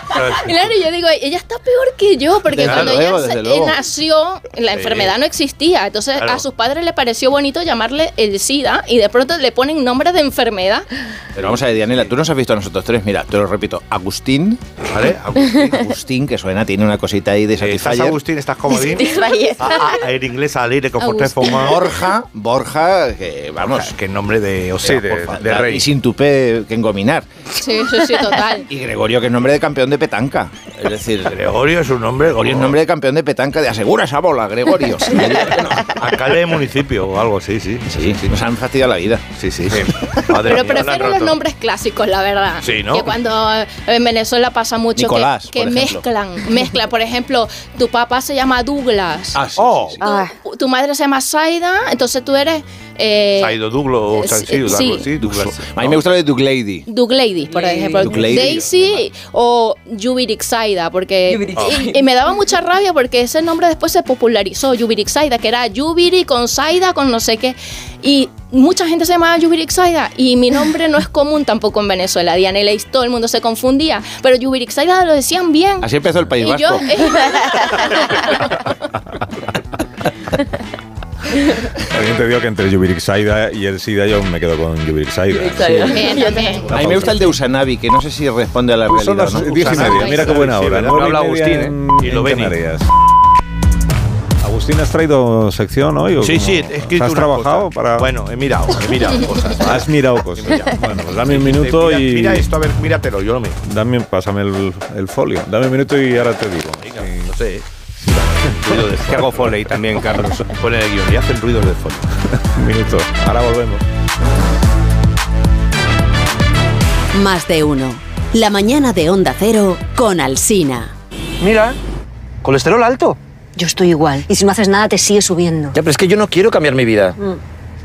S8: Claro, yo digo, ella está peor que yo, porque
S2: Desde
S8: cuando
S2: luego,
S8: ella se-
S2: desde luego.
S8: eh, nació, la
S3: Sí.
S8: enfermedad no existía. Entonces,
S3: Claro.
S8: a sus padres le pareció bonito llamarle el SIDA y de pronto le ponen nombre de enfermedad.
S2: Pero vamos a ver, Dianela, tú nos has visto a nosotros tres. Mira, te lo repito, Agustín.
S3: ¿Vale? Agustín.
S2: Agustín, que suena, tiene una cosita ahí de
S3: ¿Estás
S2: Satisfyer.
S3: Agustín? ¿Estás comodín?
S7: Valleza.
S3: Ah, ah, en inglés al aire con
S8: Agustín.
S3: fumar.
S2: Borja, Borja, que vamos,
S3: Qué nombre de
S1: Sí,
S3: osea,
S1: de-
S3: por favor.
S1: de rey.
S2: y sin tupé que engominar.
S8: Sí, sí, sí, total.
S2: Y Gregorio, que es nombre de campeón de petanca. Es decir, Gregorio
S3: Gregorio es un nombre.
S2: es nombre de campeón de petanca de asegura esa bola, Gregorio.
S3: Alcalde de municipio o algo, sí, sí.
S2: Sí, sí, nos han fastidiado la vida.
S3: Sí, sí. Madre mía,
S8: Pero
S3: la han
S8: prefiero los
S3: roto.
S8: nombres clásicos, la verdad.
S3: Sí, ¿no?
S8: Que cuando eh, en Venezuela pasa mucho
S2: Nicolás,
S8: que, que
S2: por ejemplo.
S8: mezclan, mezclan. Por ejemplo, tu papá se llama Douglas,
S2: Ah, sí,
S3: Oh.
S2: sí, sí.
S7: Ah.
S8: tu, tu madre se llama Saida, entonces tú eres eh,
S3: Saido Duglo o
S8: Sí,
S3: Sansido,
S8: sí.
S3: algo así. Douglas.
S2: A mí me gusta lo de Duke Lady.
S8: Dougladis, por
S6: Lady.
S8: ejemplo.
S2: Dougladis.
S8: Daisy o Yubirixaida, porque...
S6: Yubirixaida.
S8: Y, y me daba mucha rabia porque ese nombre después se popularizó, Yubirixaida, que era Yubiri con Saida, con no sé qué. Y mucha gente se llamaba Yubirixaida y mi nombre no es común tampoco en Venezuela. Dianela y todo el mundo se confundía, pero Yubirixaida lo decían bien.
S2: Así empezó el País
S8: y yo...
S2: Vasco.
S1: También te digo que entre Yubirixaida y el SIDA yo me quedo con Yubirixaida.
S6: Italia.
S8: Bien, también.
S2: A mí me gusta el de Usanavi, que no sé si responde a la
S1: Pues son
S2: realidad.
S1: las
S2: ¿no?
S1: diez y
S3: Usana,
S1: media, mira qué buena
S3: sí,
S1: hora.
S3: ¿verdad?
S1: nueve
S3: Habla
S1: y media
S3: Agustín, ¿eh?
S1: en-
S3: Y lo
S1: en
S3: ven.
S1: Canarias. Agustín, ¿has traído sección hoy? o
S3: Sí,
S1: cómo?
S3: sí, he escrito
S1: ¿Has
S3: una
S1: trabajado
S3: cosa.
S1: para...?
S3: Bueno, he mirado, he mirado cosas.
S1: Has mirado cosas. Bueno, pues dame un minuto
S3: Mira,
S1: y...
S3: mira esto, a ver, míratelo, yo lo miro.
S1: Dame, pásame el, el folio. Dame un minuto y ahora te digo. Sí.
S3: No sé. Ruido de que hago foley también, Carlos. Pone el guión y hacen ruidos de foley.
S1: Un minuto. Ahora volvemos.
S12: Más de uno. La mañana de Onda Cero con Alsina.
S13: Mira, colesterol alto.
S14: Yo estoy igual. Y si no haces nada, te sigue subiendo.
S15: Ya, pero es que yo no quiero cambiar mi vida.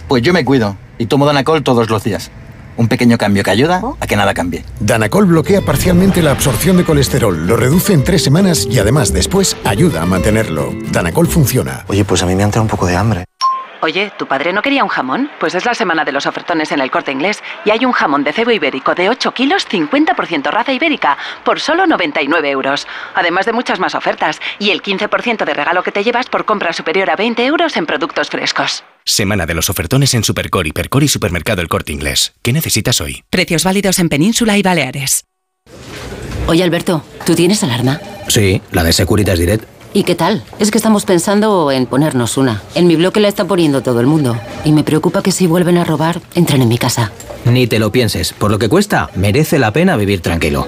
S16: Pues yo me cuido y tomo Danacol todos los días. Un pequeño cambio que ayuda a que nada cambie.
S13: Danacol bloquea parcialmente la absorción de colesterol, lo reduce en tres semanas y además después ayuda a mantenerlo. Danacol funciona. Oye, pues a mí me entra un poco de hambre.
S17: Oye, ¿tu padre no quería un jamón? Pues es la semana de los ofertones en el corte inglés y hay un jamón de cebo ibérico de 8 kilos, 50% raza ibérica, por solo 99 euros. Además de muchas más ofertas y el 15% de regalo que te llevas por compra superior a 20 euros en productos frescos.
S18: Semana de los ofertones en Supercor, Hipercor y Supermercado El Corte Inglés. ¿Qué necesitas hoy?
S19: Precios válidos en Península y Baleares.
S14: Oye, Alberto, ¿tú tienes alarma?
S15: Sí, la de Securitas Direct.
S14: ¿Y qué tal? Es que estamos pensando en ponernos una. En mi bloque la está poniendo todo el mundo. Y me preocupa que si vuelven a robar, entren en mi casa.
S15: Ni te lo pienses, por lo que cuesta, merece la pena vivir tranquilo.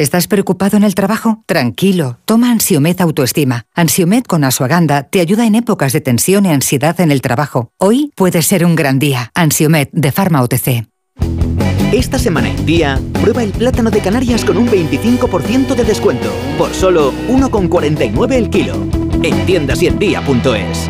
S20: ¿Estás preocupado en el trabajo? Tranquilo, toma Ansiomet Autoestima. Ansiomet con asuaganda te ayuda en épocas de tensión y ansiedad en el trabajo. Hoy puede ser un gran día. Ansiomet de Pharma OTC.
S21: Esta semana en día, prueba el plátano de Canarias con un 25% de descuento, por solo 1,49 el kilo. En tiendas y en día.es.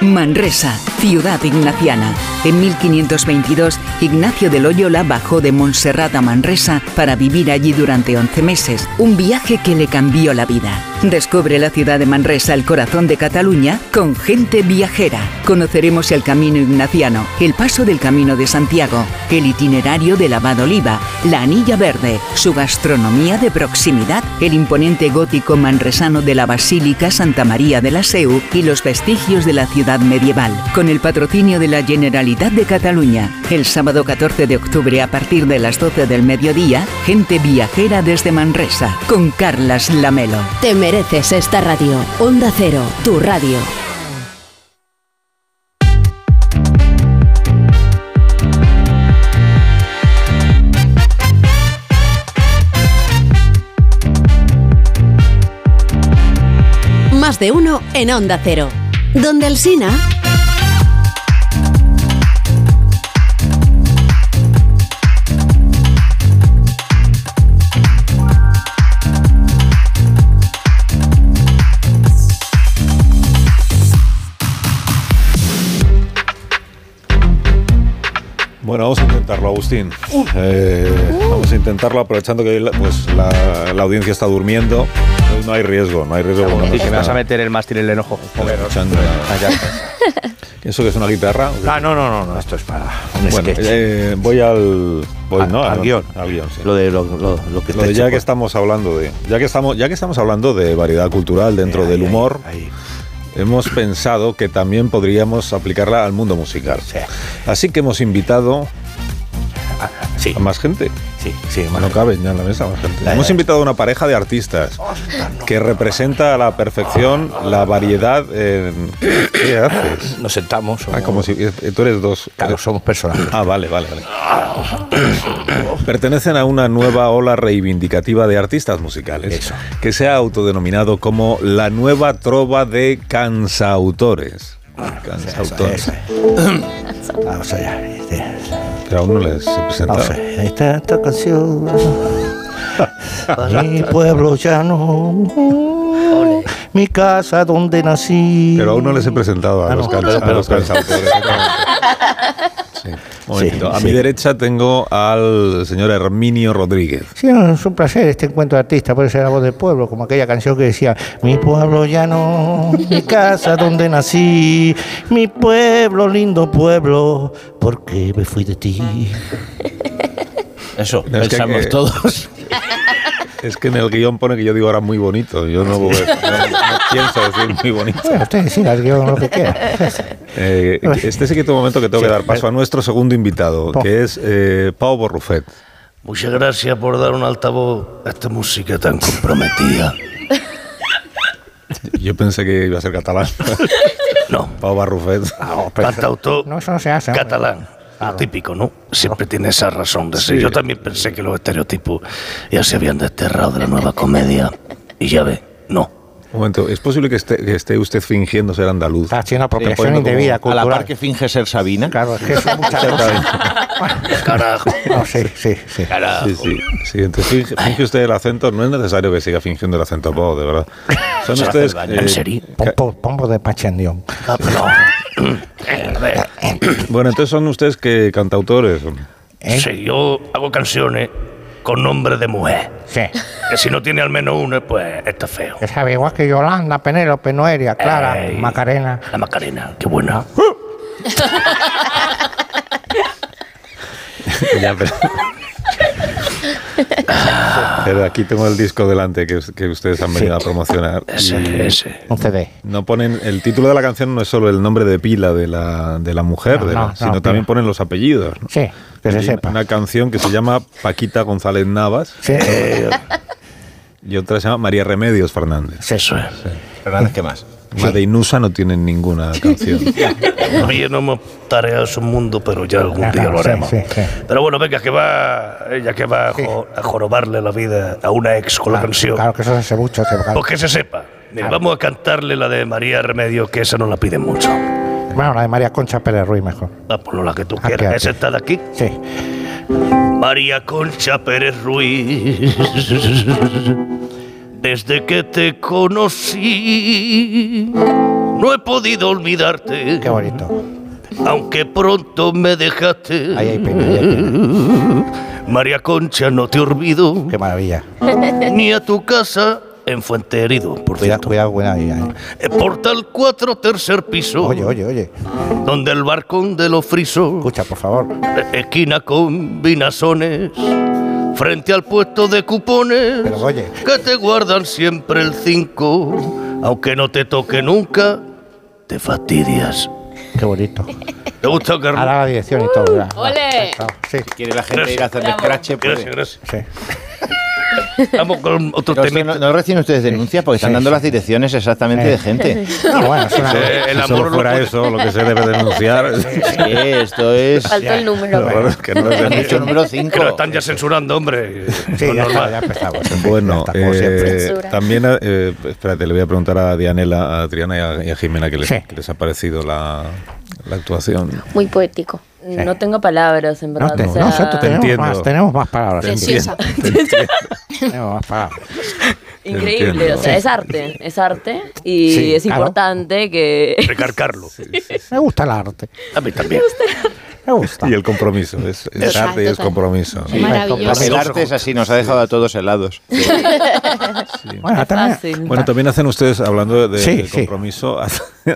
S22: Manresa, ciudad ignaciana. En 1522, Ignacio de Loyola bajó de Montserrat a Manresa para vivir allí durante 11 meses, un viaje que le cambió la vida. Descubre la ciudad de Manresa, el corazón de Cataluña, con gente viajera. Conoceremos el camino ignaciano, el paso del camino de Santiago, el itinerario de Lavado Oliva, la Anilla Verde, su gastronomía de proximidad, el imponente gótico manresano de la Basílica Santa María de la Seu y los vestigios de la ciudad medieval, con el patrocinio de la Generalitat de Cataluña. El sábado 14 de octubre a partir de las 12 del mediodía, gente viajera desde Manresa, con Carlas Lamelo.
S14: Te mereces esta radio. Onda Cero, tu radio. Más de uno en Onda Cero. Donde Alsina.
S1: Bueno, vamos a intentarlo, Agustín. Eh, vamos a intentarlo aprovechando que hoy la- pues, la, la audiencia está durmiendo. Hoy No hay riesgo, no hay riesgo. porque no
S3: Y si
S1: pasa
S3: me vas a
S1: nada.
S3: meter el mástil en el enojo.
S1: Estás escuchando, eh, ¿Eso que es una guitarra? Ah, no, no, no, Esto es para
S10: un
S1: bueno,
S10: sketch.
S1: eh, voy al... Voy,
S10: Al-
S1: ¿no?
S10: al guión.
S1: Al guión, sí.
S10: Lo de lo, lo- lo que
S1: Lo
S10: está
S1: de
S10: hecho
S1: ya que
S10: por-
S1: estamos hablando de ya que estamos ya que estamos hablando de variedad cultural dentro del humor hemos pensado que también podríamos aplicarla al mundo musical así que hemos invitado a más gente sí sí no caben ya en la mesa más gente hemos invitado a una pareja de artistas que representa a la perfección la variedad en... ¿qué haces? nos sentamos ah, como si tú eres dos claro somos personajes ah vale vale vale Pertenecen a una nueva ola reivindicativa de artistas musicales que se ha autodenominado como la nueva trova de cansautores. Cansautores.
S10: Vamos allá. este.
S1: Pero aún no les he presentado.
S10: Vamos allá. Ah, Ahí está esta canción. Para mi pueblo llano. Mi casa donde nací.
S1: Pero aún no les he presentado a
S10: Ah,
S1: los,
S10: no.
S1: cansa- a los cansautores. Sí, un momentito. a mi
S10: sí.
S1: derecha tengo al señor Herminio Rodríguez.
S10: Sí, no, es un placer este encuentro de artistas, por eso era la voz del pueblo, como aquella canción que decía, mi pueblo llano, mi casa donde nací, mi pueblo, lindo pueblo, porque me fui de ti.
S7: Eso,
S1: No, es que-
S7: pensamos
S1: que-
S7: todos.
S1: Es que en el guión pone que yo digo ahora muy bonito. Yo no, no- no pienso decir muy bonito.
S10: Bueno, usted decida el guión, lo que quiera.
S1: Eh, este es el momento que tengo que
S10: Sí,
S1: dar paso a nuestro segundo invitado, que es eh, Pau Borrufet.
S7: Muchas gracias por dar un altavoz a esta música tan comprometida.
S1: Yo pensé que iba a ser catalán.
S7: no.
S1: Pau Barrufet.
S7: Ah, oh, Cantautor
S3: No, eso no se hace. hombre.
S7: catalán. Lo típico, ¿no? Siempre tiene esa razón de ser.
S3: Sí.
S7: Yo también pensé que los estereotipos ya se habían desterrado de la nueva comedia. Y ya ve, no.
S1: Un momento, ¿es posible que esté, que esté usted fingiendo ser andaluz? Está haciendo
S2: apropiación indebida cultural. A la par
S1: que finge ser Sabina. Claro,
S2: que son muchas cosas.
S7: Carajo.
S1: No, Ah, sí, sí, sí. Sí, sí. Sí, entonces finge, finge usted el acento. No es necesario que siga fingiendo el acento Pau, de verdad. Son
S7: Se hace
S1: ustedes... eh,
S7: daño. ¿En serio?
S1: Pombo, de Pachandión. Eh,
S7: Eh,
S1: bueno, entonces son ustedes que cantautores. eh.
S7: Sí, yo hago canciones con nombre de mujer.
S1: Sí.
S7: Que si no tiene al menos una, pues está feo.
S10: Que sabe, igual que Yolanda, Penélope, Noelia, Clara,
S7: Ey.
S10: Macarena. ¡Uh!
S7: La Macarena, qué buena.
S1: Ya, pero... Pero aquí tengo el disco delante que, que ustedes han venido a promocionar.
S7: Ese,
S1: Y
S7: ese.
S10: Un CD.
S1: No ponen, el título de la canción no es solo el nombre de pila de la, de la mujer,
S10: No,
S1: de la-
S10: no, no,
S1: sino
S10: pila.
S1: también ponen los apellidos. ¿no?
S10: Sí, que se
S1: Y
S10: sepa.
S1: Una canción que se llama Paquita González Navas. Eh, y otra se llama María Remedios Fernández.
S7: Eso es.
S1: Fernández, ¿qué más? La de Inusa no tienen ninguna canción.
S7: Todavía no hemos tareado su mundo, pero ya algún día lo haremos. Pero bueno, venga, que va ella que va a, jo- a jorobarle la vida a una ex con la canción.
S10: Claro que eso se hace mucho. se- claro.
S7: Pues que se sepa. Mira, vamos a cantarle la de María Remedio, que esa no la piden mucho.
S10: Bueno, la de María Concha Pérez Ruiz mejor.
S7: Ah, ponlo la que tú
S10: Aquí,
S7: quieras.
S10: aquí.
S7: ¿Esa está de aquí?
S10: Sí.
S7: María Concha Pérez Ruiz. Desde que te conocí, no he podido olvidarte. Qué bonito. Aunque pronto me dejaste. María Concha, no te olvido. Qué maravilla. Ni a tu casa en Fuente Herido, por cierto.
S10: Cuidado, cuidado. ahí, ahí.
S7: Eh, Portal 4, tercer piso. Oye, oye, oye. Donde el barcón de los frisos. Escucha, por favor. Esquina con vinazones. Frente al puesto de cupones. Que te guardan siempre el 5. Aunque no te toque nunca, te fastidias.
S10: Qué bonito.
S7: ¿Te gusta, Carlos?
S10: Ahora la dirección y todo. ¿verdad?
S7: ¡Ole!
S10: Sí.
S2: Quiere la gente ir a pues. hacer escrache.
S7: Gracias, gracias. Vamos con otro
S2: tema. No, no reciben ustedes denuncias porque están
S1: Sí,
S2: dando
S1: sí.
S2: las direcciones exactamente
S1: Eh.
S2: de gente. Ah,
S10: No, bueno, es una-
S1: Sí,
S2: el
S1: si
S2: amor
S1: solo
S2: lo
S1: fuera
S2: puede-
S1: eso, lo que se debe denunciar.
S2: esto es.
S7: Faltó el
S2: número.
S1: Lo raro es que no es
S7: Bueno,
S1: denuncia.
S2: número 5.
S7: Que lo están ya censurando, hombre.
S1: Sí, ya está, ya Bueno,
S7: como siempre.
S1: eh,
S7: Censura.
S1: también, eh, espérate, le voy a preguntar a Dianela, a Triana y a, y a Jimena que les,
S6: Sí.
S1: que les ha parecido la, la actuación.
S6: Muy poético. No tengo palabras, en verdad. o sea,
S2: Ah.
S1: nosotros
S10: tenemos
S1: entiendo.
S10: más, tenemos más palabras.
S1: Te entiendo.
S10: Tenemos más palabras.
S6: Increíble, o sea, es arte, es arte y
S10: Sí,
S6: es
S10: claro.
S6: importante que...
S7: Recargarlo.
S10: Me gusta el arte.
S7: A mí también.
S1: Y el compromiso, es, es
S2: Total,
S1: arte y es
S2: total.
S1: compromiso.
S2: Sí. El arte es así, nos ha dejado a todos helados.
S10: Bueno,
S6: también,
S1: Bueno, también hacen ustedes, hablando de,
S10: Sí,
S1: de
S10: sí.
S1: compromiso,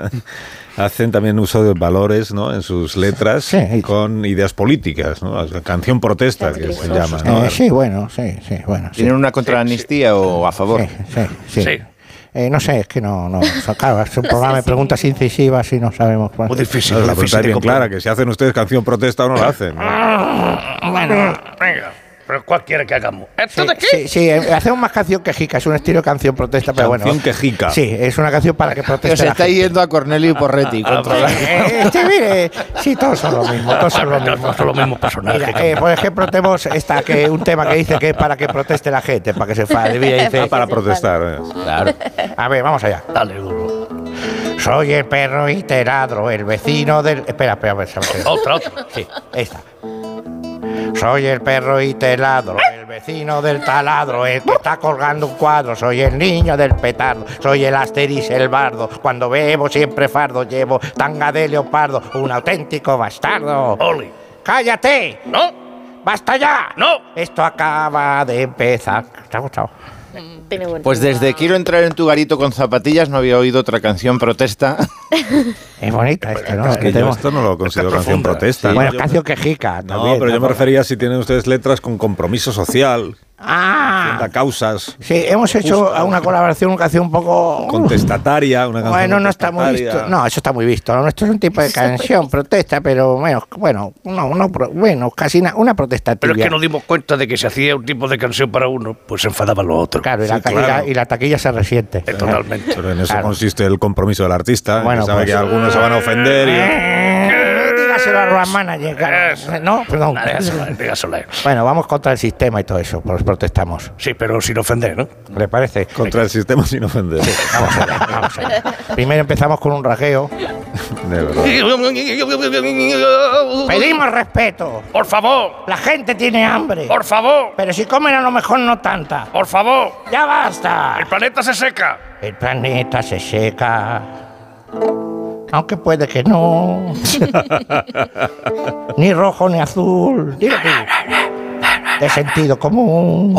S1: hacen también uso de valores ¿no? en sus letras con ideas políticas, ¿no? La canción protesta que se llama. ¿no?
S10: Eh, sí, bueno, sí, sí, bueno. sí.
S2: ¿Tienen una contra la amnistía o a favor?
S10: Sí, sí. Eh, no sé, es que no, no. o sea, Claro, es un programa de preguntas incisivas y no sabemos cuál.
S1: Muy difícil. la pregunta es bien clara, que si hacen ustedes canción protesta o no la hacen. ¿no?
S10: Ah.
S7: Ah, Bueno, Mm, venga. Pero ¿cuál quiere que hagamos? ¿Esto de aquí?
S10: Sí, sí, eh, hacemos más canción quejica, es un estilo de canción protesta, pero bueno.
S1: Canción quejica.
S10: Sí, es una canción para que proteste.
S2: Pero se
S10: la
S2: está
S10: gente.
S2: yendo a Cornelio y Porretti.
S7: Ah,
S2: contra la-
S10: Eh, este, mire, sí, todos son lo mismo, todos son lo mismo.
S7: Son los mismos personajes.
S10: Mira, eh, por ejemplo, tenemos esta, que, un tema que dice que es para que proteste la gente, para que se enfade. Mira, dice,
S1: Ah, para protestar.
S10: Claro. A ver, vamos allá.
S7: Dale, duro.
S10: Soy el perro iteradro, el vecino del. Espera, espera, espera. espera.
S7: Otra, otra.
S10: Sí, esta. Soy el perro iteladro, el vecino del taladro, el que está colgando un cuadro. Soy el niño del petardo, soy el asteris el bardo. Cuando bebo siempre fardo, llevo tanga de leopardo, un auténtico bastardo.
S7: ¡Oli!
S10: ¡Cállate!
S7: ¡No!
S10: ¡Basta ya!
S7: ¡No!
S10: Esto acaba de empezar. ¿Te ha gustado?
S6: Mm.
S2: Pues desde Quiero entrar en tu garito con zapatillas no había oído otra canción protesta.
S10: Es bonita esta, ¿no? Este
S1: Es que yo esto no lo considero canción protesta.
S10: Sí, bueno,
S1: Yo-
S10: canción quejica.
S1: No, pero yo me refería a si tienen ustedes letras con compromiso social,
S10: Ah,
S1: Sienta causas.
S10: sí, hemos hecho una colaboración que hace un poco...
S1: Contestataria, una canción.
S10: Bueno, no está muy
S1: contestataria.
S10: visto. No, eso está muy visto. Lo nuestro es un tipo de canción, protesta, pero bueno, bueno, no, no, pro- bueno casi na- una protesta
S7: Pero es
S10: tibia.
S7: que nos dimos cuenta de que se hacía un tipo de canción para uno, pues se enfadaban los otros.
S10: Claro, y, la,
S7: Sí,
S10: ca- y la- ¿ah? y la taquilla se resiente.
S7: Eh, Totalmente.
S1: Pero en eso consiste el compromiso del artista.
S10: Bueno,
S1: que sabe
S10: pues-
S1: que algunos se van a ofender. y-
S10: Eh, Dígaselo a Ruan Manager. cara. No, perdón.
S7: Nada, dígaselo a él, dígaselo a él.
S10: Bueno, vamos contra el sistema y todo eso, pues protestamos.
S7: Sí, pero sin ofender, ¿no?
S10: ¿Le parece?
S1: Contra el sistema sin ofender.
S10: vamos allá, vamos allá. Primero empezamos con un rajeo.
S1: De verdad.
S10: Pedimos respeto. Por favor. La gente tiene hambre. Por favor. Pero si comen a lo mejor no tanta. Por favor. Ya basta. El planeta se seca. El planeta se seca. Aunque puede que no. ni rojo ni azul. Dilo tú. De sentido común.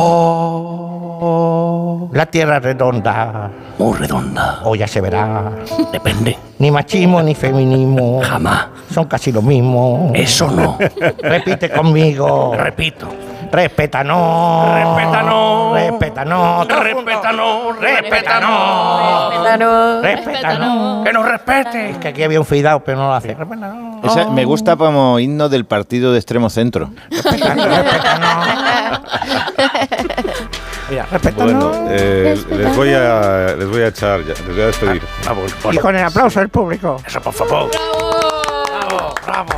S10: La tierra es redonda. Muy redonda. O ya se verá. Depende. Ni machismo ni feminismo. Jamás. Son casi lo mismo.
S7: Eso no.
S10: Repite conmigo.
S7: Repito.
S10: Respétanos. Respétanos. Respétanos.
S7: Respétanos, respétanos.
S10: Respétanos. Respétanos.
S7: Que nos respete.
S10: Que aquí había un fidao, pero no lo hace.
S2: Esa me gusta como himno del partido de extremo centro.
S10: Mira, respétanos.
S1: Bueno, eh,
S10: pues,
S1: les, voy a, les voy a echar, ya, les voy a despedir.
S7: Ah,
S10: Y con el aplauso del público.
S7: Eso, por favor. Bravo, bravo.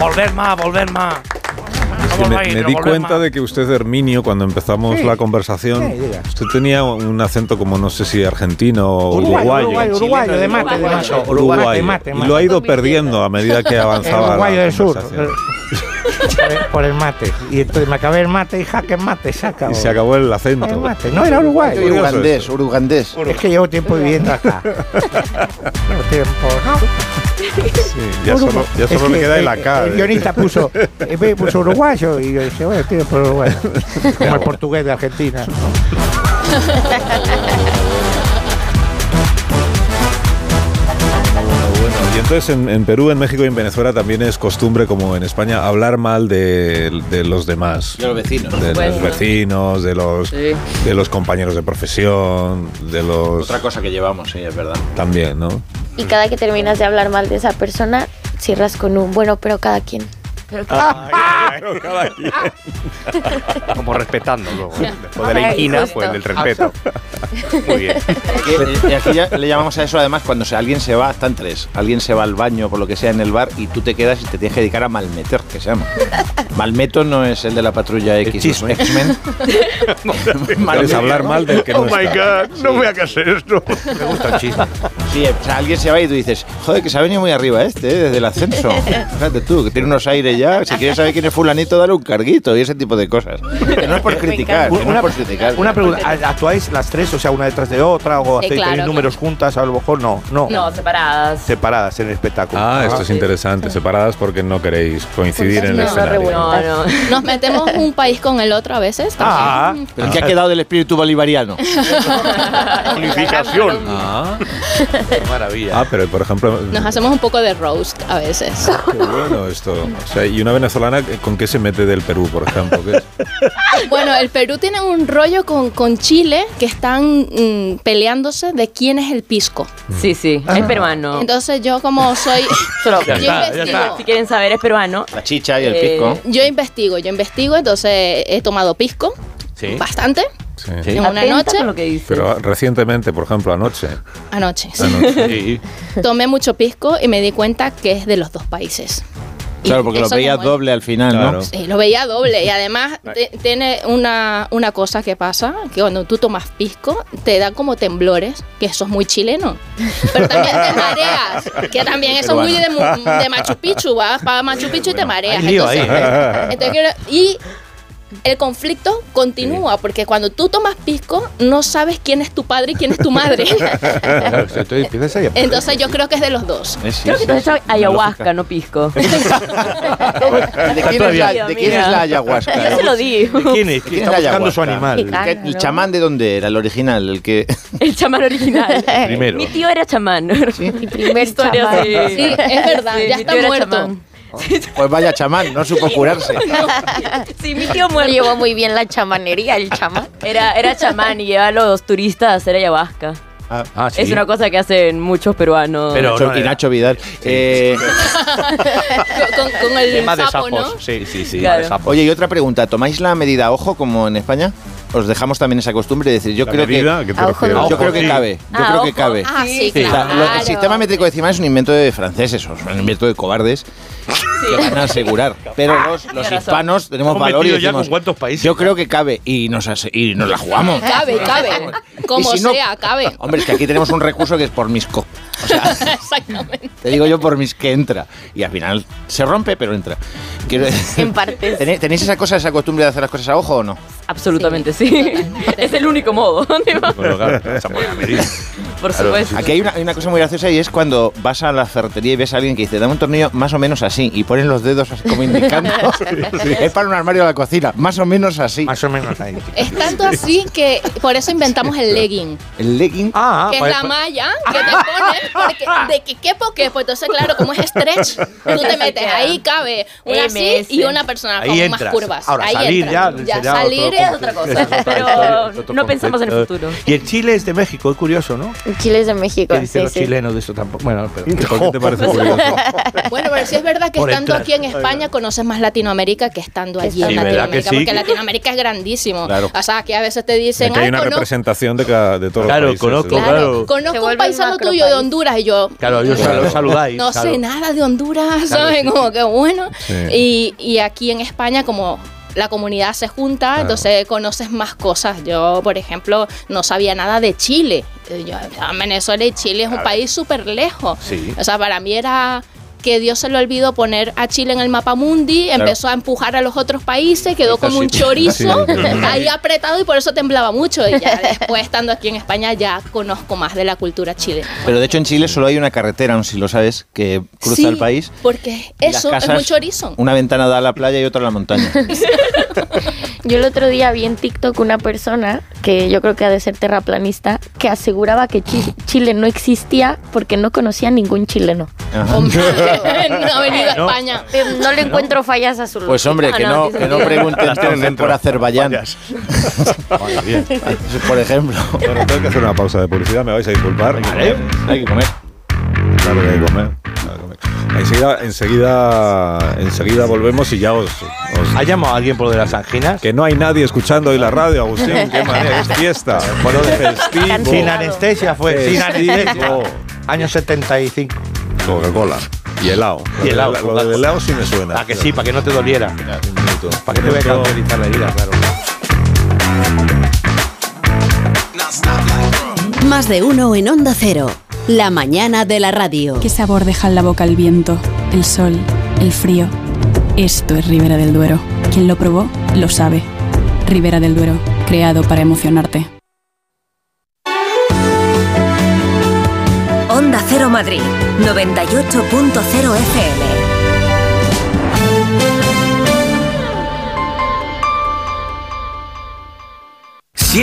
S7: Volver más, volver más.
S1: Es que
S7: Vamos
S1: me,
S7: a ir,
S1: me
S7: no
S1: di
S7: volver
S1: cuenta de que usted, Herminio, cuando empezamos
S7: Sí.
S1: la conversación,
S7: Sí, diga.
S1: usted tenía un acento como no sé si argentino o uruguayo.
S10: uruguayo, uruguayo, de mate, de mate.
S1: Uruguayo.
S10: Mate, mate,
S1: Y
S10: mate.
S1: lo ha ido perdiendo a medida que avanzaba.
S10: El uruguayo
S1: la
S10: del sur.
S1: conversación.
S10: Por el- Por el mate. Y entonces me acabé el mate y jaque mate, saca.
S1: Y se acabó el acento.
S10: El mate. No, era uruguayo.
S1: Curioso Urugandés, eso.
S2: urugandés.
S10: Es que llevo tiempo viviendo acá. Llevo tiempo, ¿no?
S1: ya solo, ya solo
S10: Es
S1: le
S10: que
S1: queda
S10: el-
S1: el acá.
S10: El guionista puso, eh, ve, puso uruguayo y yo dije, bueno, tiene por uruguayo. Como el portugués de Argentina.
S1: Bueno, y entonces en, en Perú, en México y en Venezuela también es costumbre, como en España, hablar mal de, de los demás.
S2: De los vecinos.
S1: De los vecinos, de los,
S2: Sí.
S1: de los compañeros de profesión, de los...
S2: Otra cosa que llevamos, sí, es verdad.
S1: También, ¿no?
S8: Y cada que terminas de hablar mal de esa persona, cierras con un bueno, pero cada quien.
S2: Ah.
S23: Como respetando luego. Después de
S8: Ay,
S23: la inquina,
S8: justo.
S23: pues del respeto. Muy bien.
S2: Aquí, eh, aquí ya le llamamos a eso, además, cuando se- alguien se va, están tres. Alguien se va al baño, por lo que sea, en el bar, y tú te quedas y te tienes que dedicar a malmeter, que se llama. Malmeto no es el de la patrulla X, los X-Men.
S1: Quieres hablar mal del que no
S7: Oh my
S1: está.
S7: God, no me hagas esto. Me gusta el chisme.
S2: Sí, o sea, alguien se va y tú dices, joder, que se ha venido muy arriba este, ¿eh? desde el ascenso. Fíjate tú, que tiene unos aires ya. Si quieres saber quién es fulanito, dale un carguito y ese tipo de cosas. Que no es por criticar, que no es por criticar.
S3: Una pregunta, ¿a- ¿actuáis las tres, o sea, una detrás de otra, o
S6: Sí,
S3: hacéis
S6: claro,
S3: también números juntas? A lo mejor no, no.
S6: No, separadas.
S3: Separadas en el espectáculo.
S1: Ah, esto es interesante. Separadas porque no queréis coincidir en el
S8: No, no,
S1: escenario.
S8: revueltas. Nos metemos un país con el otro a veces.
S1: Ah.
S2: Pero ¿qué ha quedado del espíritu bolivariano?
S7: Unificación.
S1: Ah, maravilla. Ah, pero por ejemplo,
S8: Nos hacemos un poco de roast a veces.
S1: qué bueno esto. O sea, y una venezolana, ¿con qué se mete del Perú, por ejemplo? ¿Qué es?
S8: Bueno, el Perú tiene un rollo con, con Chile que están mm, peleándose de quién es el pisco.
S6: Sí, sí, es peruano.
S8: Entonces yo como soy...
S6: Solo-
S8: yo investigo.
S6: Si quieren saber, es peruano.
S2: La chicha y el
S8: Eh,
S2: pisco.
S8: yo investigo, yo investigo, entonces he tomado pisco
S1: Sí.
S8: bastante
S1: Sí.
S8: en una noche.
S1: Pero ah, recientemente, por ejemplo, anoche.
S8: Anoche. sí.
S1: anoche. Sí.
S8: Tomé mucho pisco y me di cuenta que es de los dos países.
S2: Claro, porque lo
S8: Eso
S2: veías
S8: como es.
S2: doble al final, ¿no?
S8: Sí, lo veía doble y además te- tiene una, una cosa que pasa, que cuando tú tomas pisco te da como temblores, que eso es muy chileno. Pero también te mareas, que también eso es muy de, mu- de Machu Picchu, vas para Machu Picchu y te mareas.
S3: hay lío
S8: Entonces,
S3: ahí.
S8: entonces quiero- y el conflicto continúa, porque cuando tú tomas pisco no sabes quién es tu padre y quién es tu madre.
S3: Entonces empiezas ahí a-
S8: Entonces yo creo que es de los dos.
S3: Es-
S6: Creo
S3: sí,
S6: que te has
S3: sí,
S6: hecho
S3: sí.
S6: ayahuasca, no pisco.
S2: ¿De quién es la, de quién es la ayahuasca?
S6: Yo se lo di.
S2: quién es?
S3: Está buscando su
S6: animal. Qué caro,
S2: ¿El
S6: ¿no?
S2: chamán de dónde era? El original, el que...
S6: El chamán original.
S2: Primero.
S6: Mi tío era chamán. Mi
S8: primer
S6: historia,
S8: chamán.
S6: sí.
S8: Sí, es verdad, ya
S6: mi
S8: está
S6: tío era
S8: muerto.
S6: chamán.
S2: Pues vaya chamán, no supo curarse.
S6: Sí, mi tío muerto.
S4: llevó muy bien la chamanería, el chamán.
S6: Era, era chamán y lleva a los turistas a hacer ayahuasca.
S2: Ah, ah, sí.
S6: Es una cosa que hacen muchos peruanos.
S2: Pero Nacho, y Nacho Vidal. Eh,
S8: con, con el sapo, ¿no?
S2: Sí, sí, sí.
S6: Claro. de sapos.
S2: Oye, y otra pregunta. ¿Tomáis la medida a ojo como en España? Os dejamos también esa costumbre de decir, yo
S1: ¿La
S2: creo
S1: medida? ¿A
S2: que
S1: qué te A ojo, refieres? ojo,
S2: yo creo que
S1: sí.
S2: cabe, yo
S1: Ah,
S2: creo que
S1: ojo.
S2: cabe.
S1: Ah, sí,
S2: O sea, lo-
S1: claro.
S2: el sistema métrico decimal es un invento de franceses, o es un invento de cobardes que van a asegurar. Pero los, los
S9: Tienes razón.
S2: hispanos tenemos
S9: Hemos
S2: valor y
S9: metido ya
S2: decimos,
S9: con cuántos países.
S2: yo creo que cabe y nos ase- y nos la jugamos.
S8: Cabe, cabe. Como
S2: si no-
S8: sea, cabe.
S2: Hombre, es que aquí tenemos un recurso que es por mis co.
S8: Exactamente.
S2: Te digo yo por mis que entra. Y al final se rompe, pero entra. Quiero decir-
S4: En partes.
S2: ¿Tenéis, tenéis esa cosa, esa costumbre de hacer las cosas a ojo o no?
S6: Absolutamente, sí. Es el único modo.
S2: Bueno, claro,
S6: Por supuesto.
S2: Aquí hay una, hay una cosa muy graciosa y es cuando vas a la ferretería y ves a alguien que dice, dame un tornillo más o menos así y ponen los dedos así como indicando. Es para un armario de la cocina, más o menos así. Más
S3: o menos ahí.
S8: Es tanto así que por eso inventamos el legging.
S2: El legging. Ah,
S13: pues,
S8: que es la malla que te ponen porque de que quepo que pues entonces claro como es stretch tú te metes ahí cabe una así
S6: MS.
S8: y una persona
S3: Ahí
S8: con
S3: entras.
S8: más curvas
S3: Ahora,
S8: ahí
S3: salir
S8: entras.
S3: ya
S8: ya
S3: sería
S8: salir
S3: otro
S8: es otra
S3: concepto. Es otra
S8: cosa
S3: historia,
S6: Pero
S3: es otro
S6: no pensamos en el
S3: concepto.
S6: futuro.
S3: Y el Chile es de México, es curioso, ¿no?
S4: Chile es de México.
S3: ¿Qué dicen
S4: sí,
S3: los
S4: sí.
S3: chilenos de eso tampoco? Bueno, pero
S1: ¿Por qué te parece curioso?
S8: bueno pero sí es verdad que
S3: Por
S8: estando
S3: entrar.
S8: aquí en España conoces más Latinoamérica que estando allí en
S1: Sí, ¿verdad que
S8: Latinoamérica
S1: sí?
S8: porque Latinoamérica es grandísimo
S1: Claro.
S8: o sea que a veces te dicen
S1: que hay
S8: ay
S1: una
S8: conozco
S1: representación de, cada, de todos
S3: Claro,
S1: los países.
S3: conozco,
S1: ¿no?
S3: claro.
S4: Se
S8: conozco un
S4: vuelve
S8: paisano
S4: un macro
S8: tuyo de
S4: país.
S8: Honduras y yo
S3: Claro, yo sal- saludáis.
S8: No
S3: claro.
S8: sé nada de Honduras,
S3: Claro,
S8: ¿sabes?
S3: sí.
S8: Como que bueno.
S3: Sí.
S8: Y, y aquí en España, como la comunidad se junta,
S3: Claro.
S8: entonces conoces más cosas. Yo, por ejemplo, no sabía nada de Chile. Eh, Yo, ah, Venezuela y Chile es un país súper lejos.
S3: Sí.
S8: O sea, para mí era que Dios se lo olvidó poner a Chile en el mapa mundi,
S2: Claro.
S8: empezó a empujar a los otros países, quedó
S2: Hizo
S8: como un
S2: así.
S8: chorizo
S2: Sí.
S8: ahí apretado y por eso temblaba mucho. Y ya después, estando aquí en España, ya conozco más de la cultura chilena.
S2: Pero de hecho en Chile solo hay una carretera, aun si lo sabes, que cruza
S8: Sí,
S2: el país.
S8: Porque
S2: y las
S8: eso es
S2: casas,
S8: muy chorizo.
S2: Una ventana da a la playa y otra a la montaña.
S4: Yo el otro día vi en TikTok una persona que yo creo que ha de ser terraplanista que aseguraba que Chi- Chile no existía porque no conocía ningún chileno.
S2: Ajá.
S8: no ha venido a
S2: No.
S8: España. Ah,
S4: Eh, No le encuentro fallas a su Ah,
S2: Pues hombre, que no, que no pregunten
S3: Las tienen
S2: entonces
S3: dentro.
S2: por Azerbaiyán. por ejemplo.
S1: Bueno, tengo que hacer una pausa de publicidad, me vais a disculpar.
S2: Vale, hay que comer.
S1: Claro que hay que comer. claro que comer. Enseguida, enseguida, enseguida volvemos y ya os, os-
S3: ¿Ha llamado a alguien por lo de las anginas?
S1: Que no hay nadie escuchando hoy la radio, Agustín. Qué manera, es fiesta. Bueno, de festivo.
S3: Sin anestesia fue, sin
S1: Festivo.
S3: anestesia. Año 75.
S1: Coca-Cola y helado.
S3: Y helado.
S1: Lo del helado sí me suena.
S3: Para que sí, para que no te doliera. Para que te
S1: Un
S3: vea
S1: minuto.
S3: cauterizar la herida, claro.
S17: Más de uno en Onda Cero. La mañana de la radio.
S24: ¿Qué sabor deja en la boca el viento, el sol, el frío? Esto es Ribera del Duero. Quien lo probó, lo sabe. Ribera del Duero, creado para emocionarte.
S17: Onda Cero Madrid. 98.0 FM.
S25: Si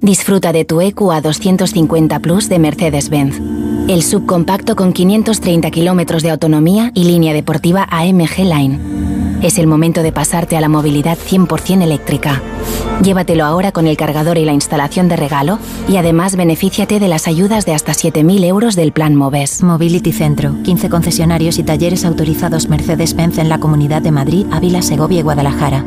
S26: Disfruta de tu E EQA 250 Plus de Mercedes-Benz. El subcompacto con 530 kilómetros de autonomía y línea deportiva AMG Line. Es el momento de pasarte a la movilidad 100% eléctrica. Llévatelo ahora con el cargador y la instalación de regalo y además benefíciate de las ayudas de hasta 7.000 euros del Plan Moves.
S27: Mobility Centro, 15 concesionarios y talleres autorizados Mercedes-Benz en la Comunidad de Madrid, Ávila, Segovia y Guadalajara.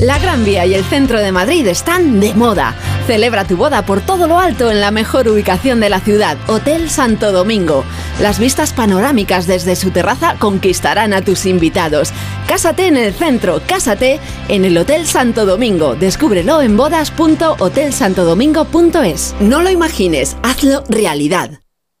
S28: La Gran Vía y el centro de Madrid están de moda. Celebra tu boda por todo lo alto en la mejor ubicación de la ciudad, Hotel Santo Domingo. Las vistas panorámicas desde su terraza conquistarán a tus invitados. Cásate en el centro, cásate en el Hotel Santo Domingo. Descúbrelo en bodas.hotelsantodomingo.es. No lo imagines, hazlo realidad.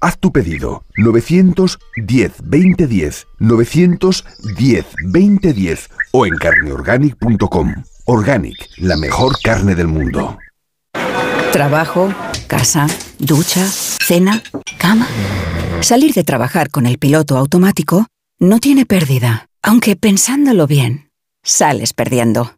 S29: Haz tu pedido 910 2010 910 2010 o en carneorganic.com. Organic, la mejor carne del mundo.
S16: Trabajo, casa, ducha, cena, cama. Salir de trabajar con el piloto automático no tiene pérdida, aunque pensándolo bien, sales perdiendo.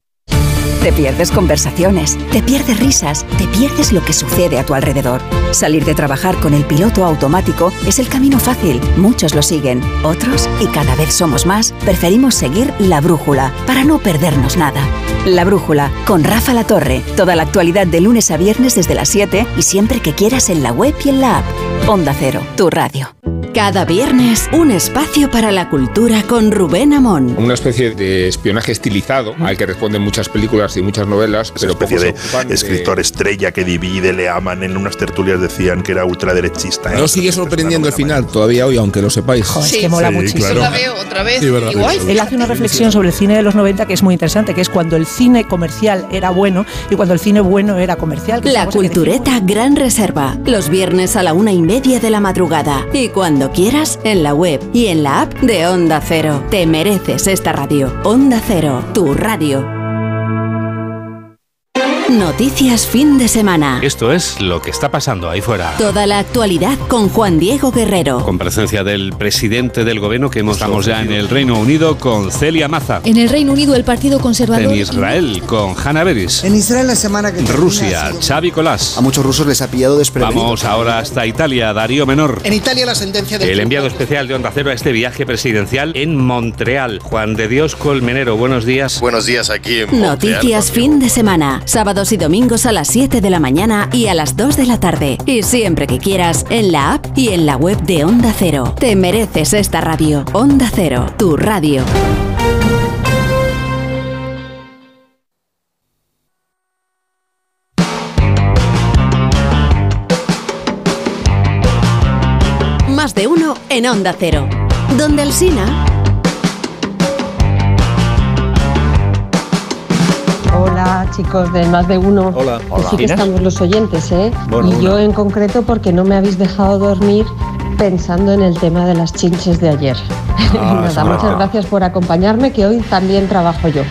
S16: Te pierdes conversaciones, te pierdes risas, te pierdes lo que sucede a tu alrededor. Salir de trabajar con el piloto automático es el camino fácil. Muchos lo siguen, otros, y cada vez somos más, preferimos seguir la brújula para no perdernos nada. La brújula con Rafa La Torre. Toda la actualidad de lunes a viernes desde las 7 y siempre que quieras en la web y en la app. Onda Cero, tu radio.
S14: Cada viernes, un espacio para la cultura con Rubén Amón.
S30: Una especie de espionaje estilizado al que responden muchas películas y muchas novelas,
S31: Esa
S30: pero
S31: especie
S30: pocos se
S31: de
S30: ocupan de-
S31: escritor estrella que divide, le aman. En unas tertulias decían que era ultraderechista.
S30: Nos sigue sorprendiendo el final todavía hoy, aunque lo sepáis.
S17: Oh, es que mola muchísimo.
S31: claro.
S17: otra
S30: vez, Sí, verdad. igual.
S17: Él hace una reflexión sobre el cine de los 90 que es muy interesante, que es cuando el cine comercial era bueno y cuando el cine bueno era comercial.
S14: La Cultureta Gran Reserva, los viernes a la una y media de la madrugada y cuando quieras en la web y en la app de Onda Cero. Te mereces esta radio. Onda Cero, tu radio. Noticias fin de semana.
S3: Esto es lo que está pasando ahí fuera.
S14: Toda la actualidad con Juan Diego Guerrero.
S3: Con presencia del presidente del gobierno que hemos estamos ya en el Reino Unido con Celia Maza.
S32: En el Reino Unido, el Partido Conservador.
S3: En Israel con Hannah Beris.
S32: En Israel, la semana que.
S3: Rusia, Xavi Colás. A muchos rusos les ha pillado desprevenido. Vamos ahora hasta Italia, Darío Menor.
S32: En Italia, la sentencia del.
S3: El enviado especial de Onda Cero a este viaje presidencial en Montreal. Juan de Dios Colmenero, buenos días. Buenos días aquí en
S14: Noticias fin de semana, sábados y domingos a las 7 de la mañana y a las 2 de la tarde. Y siempre que quieras, en la app y en la web de Onda Cero. Te mereces esta radio. Onda Cero, tu radio. Más de uno en Onda Cero. Donde el Sina.
S25: Hola chicos del más de uno.
S1: Hola.
S25: Que sí que
S1: Hola.
S25: estamos los oyentes, ¿eh?
S1: Bueno,
S25: y yo en concreto porque no me habéis dejado dormir pensando en el tema de las chinches de ayer.
S1: Ah,
S25: Nada,
S1: es verdad.
S25: muchas gracias por acompañarme, que hoy también trabajo yo.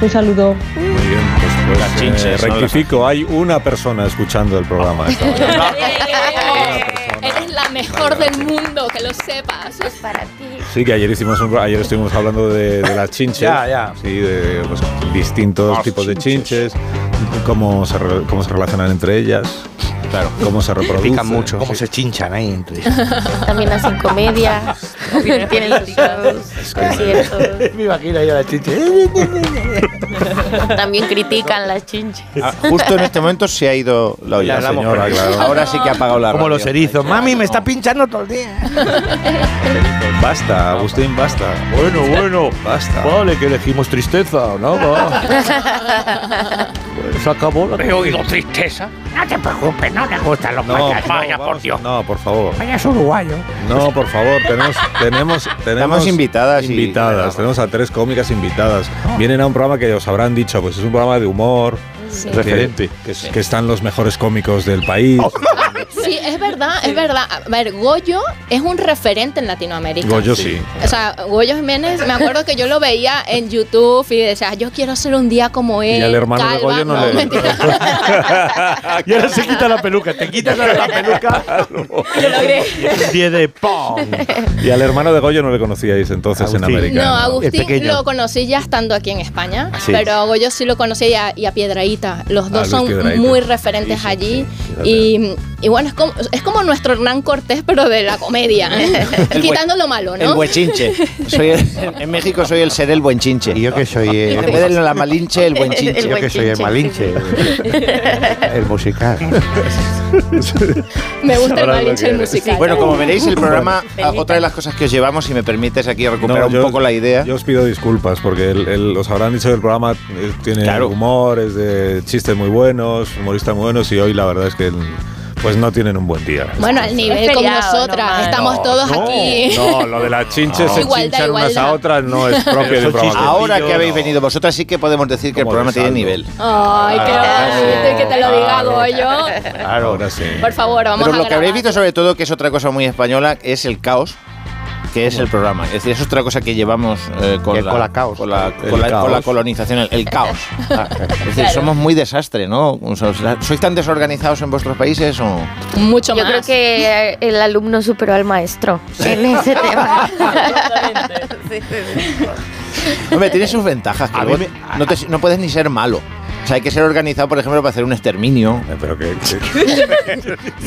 S25: Un saludo.
S1: Muy bien, pues, pues,
S33: Las chinches,
S1: eh,
S33: ¿no?
S1: rectifico, hay una persona escuchando el programa. esta mañana.
S8: Eres la mejor del mundo, que lo sepas. Eso es para ti.
S1: Sí, que ayer hicimos un- ayer estuvimos hablando de, de las chinches.
S8: Ya, ya.
S1: Sí, de pues, distintos
S33: Las
S1: tipos de chinches, cómo se, re- cómo se relacionan entre ellas. Claro. Cómo se reproducen.
S33: Pican mucho,
S1: Cómo
S33: se chinchan ahí entre
S4: También hacen comedia. tienen sus shows, conciertos.
S2: Me imagino yo la ¿eh? chiche.
S4: También critican las chinches.
S2: Justo en este momento se ha ido la olla.
S20: La hablamos
S2: señora,
S20: por ahí.
S2: claro. Ahora sí que ha apagado la
S20: Como
S2: radio.
S20: los erizos. Mami, me está pinchando todo el día. ¿eh?
S1: Basta, Agustín, basta.
S20: Bueno, bueno.
S1: Basta.
S20: Vale, que elegimos tristeza, ¿no?
S1: Oh.
S20: Va. Pues se acabó la
S10: He oído tristeza. No te preocupes, no le gustan los
S1: No,
S10: payas. Vaya,
S1: no,
S10: por
S1: vamos-
S10: Dios.
S1: no, por favor.
S10: Vaya es uruguayo.
S1: No, por favor, tenemos, tenemos, tenemos invitadas. Invitadas, tenemos a tres cómicas invitadas.
S10: Ah.
S1: Vienen a un programa que os habrán dicho, pues es un programa de humor.
S33: Sí.
S1: que-
S33: Referente.
S10: Oh.
S1: Que, que están los mejores cómicos del país.
S8: sí, es verdad, es verdad. A ver, Goyo es un referente en Latinoamérica.
S1: Goyo sí.
S8: O sea, Goyo Jiménez, me acuerdo que yo lo veía en YouTube y decía, yo quiero ser un día como él.
S1: Y
S9: Eh,
S1: al hermano de
S8: calva".
S1: Goyo no, le.
S9: y ahora se quita la peluca, te quitas la, la peluca.
S8: Lo logré.
S9: Diez de ¡pum!
S1: Y al hermano de Goyo no le conocíais entonces en América.
S8: No, Agustín lo conocí ya estando aquí en España,
S1: Sí.
S8: pero a Goyo sí lo conocí y a, y a Piedraíta.
S2: Ah,
S8: Los dos
S1: Luis
S8: son
S1: Piedrahíta.
S8: muy referentes allí y, y bueno, es como, es como nuestro Hernán Cortés, pero de la comedia, ¿eh?
S2: El
S8: quitando lo malo, ¿no?
S2: El buenchinche. Soy el- en México soy el ser el buenchinche. ¿Y yo que soy?
S3: eh,
S2: en vez de la malinche, el buenchinche.
S3: Yo que soy el malinche. El musical.
S8: Me gusta el
S2: Ahora lo
S8: malinche el
S2: quieres.
S8: musical.
S2: Bueno, como veréis, el programa, a- otra de las cosas que os llevamos, si me permites aquí recuperar un poco la idea.
S1: Yo os pido disculpas porque el- el- os habrán dicho que el programa eh, tiene humor, es de chistes muy buenos, humoristas muy buenos y hoy la verdad es que pues no tienen un buen día.
S8: Bueno, al nivel
S7: Es
S8: con
S7: feriado,
S8: nosotras, estamos todos aquí.
S1: No, lo de las chinches se
S8: Igualdad,
S1: chinchan unas
S8: igualdad.
S1: a otras no es propio del programa.
S2: Ahora que habéis venido vosotras, sí que podemos decir que el programa tiene nivel.
S8: Ay, qué bonito y que te lo diga
S2: Claro.
S8: Goyo.
S2: Claro, ahora sí.
S8: Por favor, vamos
S2: Pero
S8: a
S2: lo que
S8: grabar.
S2: habréis visto sobre todo, que es otra cosa muy española, es el caos que es el programa. Es decir, es otra cosa que llevamos eh, con, la, con la- con
S3: El
S2: la- con la
S3: caos.
S2: colonización, el, el caos. Ah, Es decir,
S8: Claro.
S2: somos muy desastre, ¿no? O sea, ¿Sois tan desorganizados en vuestros países o...?
S8: Mucho
S4: Yo creo que eh, el alumno superó al maestro en ese tema.
S2: Hombre, tiene sus ventajas. que luego no, te- no puedes ni ser malo. O sea, hay que ser organizado, por ejemplo, para hacer un exterminio.
S1: Eh, Pero que...
S4: Sí,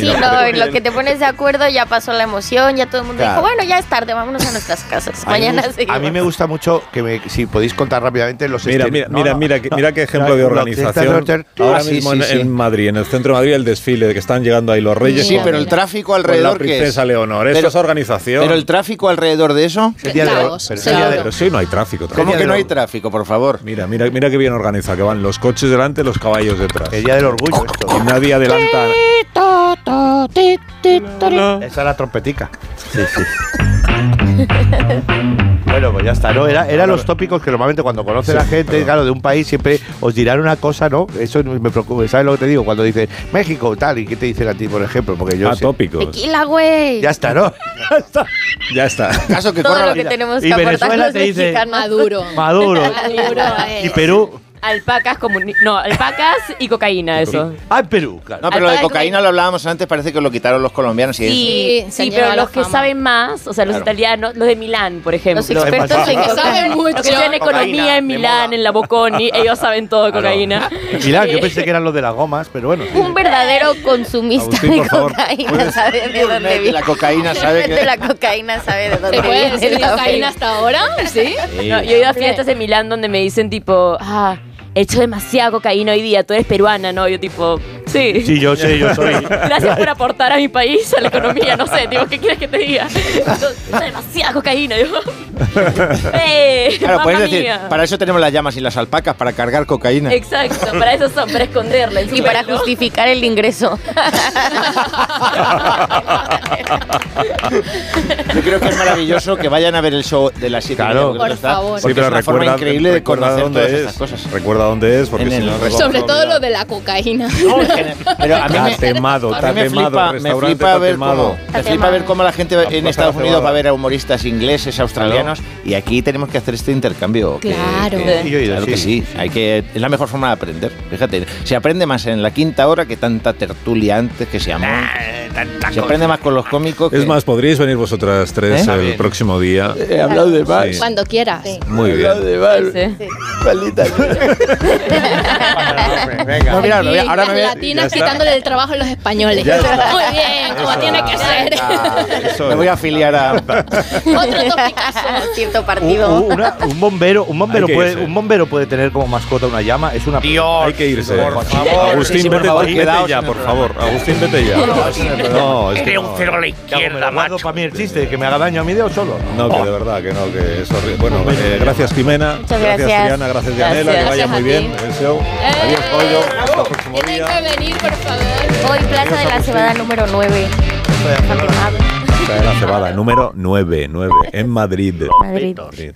S4: no, en lo que te pones de acuerdo ya pasó la emoción, ya todo el mundo dijo,
S3: Claro.
S4: bueno, ya es tarde, vámonos a nuestras casas.
S3: A mí me
S4: Mañana
S3: gust-
S4: seguimos.
S3: A mí me gusta mucho que me- si podéis contar rápidamente los
S1: Mira,
S3: estén-
S1: mira,
S3: No,
S1: mira,
S3: no,
S1: mira, que-
S3: no,
S1: mira qué ejemplo
S3: no,
S1: de
S3: no,
S1: organización.
S3: no, no, no,
S1: Ahora
S3: ah, sí,
S1: mismo
S3: sí,
S1: en,
S3: sí.
S1: en Madrid, en el centro de Madrid, el desfile de que están llegando ahí los reyes.
S2: Sí,
S1: con-
S2: pero el tráfico
S1: con
S2: alrededor,
S1: La
S2: ¿qué es?
S1: princesa Leonor,
S2: Pero-
S1: eso es organización.
S2: Pero el tráfico alrededor de eso...
S1: Sería de- Caos, pero sería de- pero sí, no hay tráfico.
S2: ¿Cómo que no hay tráfico, por favor?
S1: Mira, mira, mira qué bien organizado, que van los coches delante, los caballos detrás. El
S3: día del orgullo esto.
S1: Y nadie adelanta.
S3: Esa es la trompetica. Bueno, pues ya está, ¿no? Era, era los tópicos que normalmente cuando conoce la gente, claro, de un país siempre os dirán una cosa, ¿no? Eso me preocupa, ¿sabes lo que te digo? Cuando dicen México, tal, ¿y qué te dicen a ti, por ejemplo? Porque yo
S1: Ah, tópicos.
S4: Tequila, güey.
S3: Ya está, ¿no?
S1: ya está.
S2: Caso
S4: Todo lo que tenemos
S3: Y
S4: que aportar
S3: Venezuela
S4: los
S3: te dice,
S4: mexicanos.
S7: Maduro.
S9: Maduro.
S7: Maduro,
S9: Y
S7: eh.
S9: Perú.
S7: Alpacas comuni- No, alpacas y cocaína, eso.
S9: Ah, en Perú, claro.
S2: No, pero lo de
S7: Alpacas,
S2: cocaína lo hablábamos antes, parece que lo quitaron los colombianos. Y
S7: Sí,
S8: se
S7: sí,
S8: lleva
S7: pero
S8: la
S7: los que
S8: fama.
S7: saben más, o sea, los
S2: Claro.
S7: italianos, los de Milán, por ejemplo.
S2: Los expertos en
S7: Los que
S8: cocaína.
S7: Los que saben economía
S3: Cocaína,
S7: en Milán, en la Bocconi, ellos saben todo de cocaína.
S3: Mirad, yo pensé que eran los de las gomas, pero bueno. sí.
S4: Un verdadero consumista
S3: Agustín,
S4: de
S3: por favor,
S4: cocaína
S3: ¿puedes-
S4: sabe de dónde viene.
S2: la cocaína sabe
S4: Realmente
S2: que...
S4: la cocaína sabe de dónde
S8: ¿Se puede
S4: viene.
S8: decir
S4: la
S8: cocaína
S4: vaina.
S8: hasta ahora? ¿Sí?
S7: No, yo he ido a fiestas en Milán donde me dicen tipo, ah, he hecho demasiada cocaína hoy día, tú eres peruana, ¿no? Yo tipo, sí.
S3: Sí, yo sé, yo soy.
S7: Gracias por aportar a mi país, a la economía, no sé, digo, ¿qué quieres que te diga? Yo, demasiada cocaína, yo. "Eh,
S2: Claro,
S7: mamma
S2: puedes decir,
S7: mía".
S2: para eso tenemos las llamas y las alpacas, para cargar cocaína.
S7: Exacto, para eso son, para esconderla. en su
S4: Y para
S7: pelo.
S4: justificar el ingreso.
S2: Yo creo que es maravilloso que vayan a ver el show de las 7
S1: Claro.
S2: porque
S1: Por
S2: está-
S1: favor.
S2: porque
S1: Sí, pero
S2: es una forma
S1: recuerda-
S2: increíble de
S1: recuerda
S2: conocer
S1: dónde
S2: todas
S1: es.
S2: estas cosas.
S1: Recuerda dónde es, porque
S2: En
S1: si
S2: el
S1: no, no.
S2: resto.
S8: Sobre todo lo de la cocaína.
S2: Pero a mí
S1: Está
S2: me,
S1: temado,
S2: a mí
S1: está
S2: me
S1: temado,
S2: flipa, me
S1: restaurante
S2: flipa
S1: está
S2: ver
S1: temado.
S2: cómo,
S1: Está
S2: me flipa ver cómo la gente va- en
S1: plaza
S2: Estados
S1: está
S2: Unidos va a
S1: temada.
S2: ver a humoristas ingleses, australianos, y aquí tenemos que hacer este intercambio. que-
S8: Claro.
S2: que-
S8: Sí, yo he ido,
S2: claro que sí. Hay que, es la mejor forma de aprender. Fíjate, se aprende más en la quinta hora que tanta tertulia antes que se llama. Se aprende más con los cómicos.
S1: Ah, Es más, podríais venir vosotras tres
S2: ¿Eh?
S4: Ah,
S1: el próximo día.
S2: He hablado de más.
S1: Sí.
S8: Cuando quieras.
S1: Muy bien.
S2: No, mira,
S8: Aquí
S2: me voy a- ahora
S8: las
S2: me voy a-
S8: latinas
S2: ya está.
S8: quitándole el trabajo a los españoles.
S2: Ya está.
S8: Muy bien, como tiene que ser.
S2: Me voy a afiliar a.
S8: Otro
S4: topicazo. Cierto
S3: Un-
S4: partido.
S3: un- Uh, una- un bombero, un bombero,
S1: Hay que
S3: puede,
S1: irse.
S3: un bombero puede tener como mascota una llama. Es una.
S1: Hay que irse. Agustín,
S3: Sí, sí, por
S1: vete,
S3: favor,
S1: vete
S3: quedaos
S1: ya,
S3: en el
S1: por favor. Agustín, vete ya. No, es que no.
S3: a la izquierda, macho. para mí el chiste, que me haga daño a mí de o solo.
S1: No, que de verdad que no, que es horrible. Bueno, eh, gracias Jimena,
S4: Muchas
S1: gracias
S4: gracias.
S1: Diana, gracias Yanela, que
S4: Gracias.
S1: vaya muy bien
S4: Gracias
S1: el show. Adiós, Pollo. Hasta el próximo día.
S8: Tienen que venir, por favor.
S4: Hoy Plaza de la Cebada número 9.
S3: Plaza
S1: de la Cebada, número 9, 9, en Madrid.
S4: Madrid.
S1: Madrid.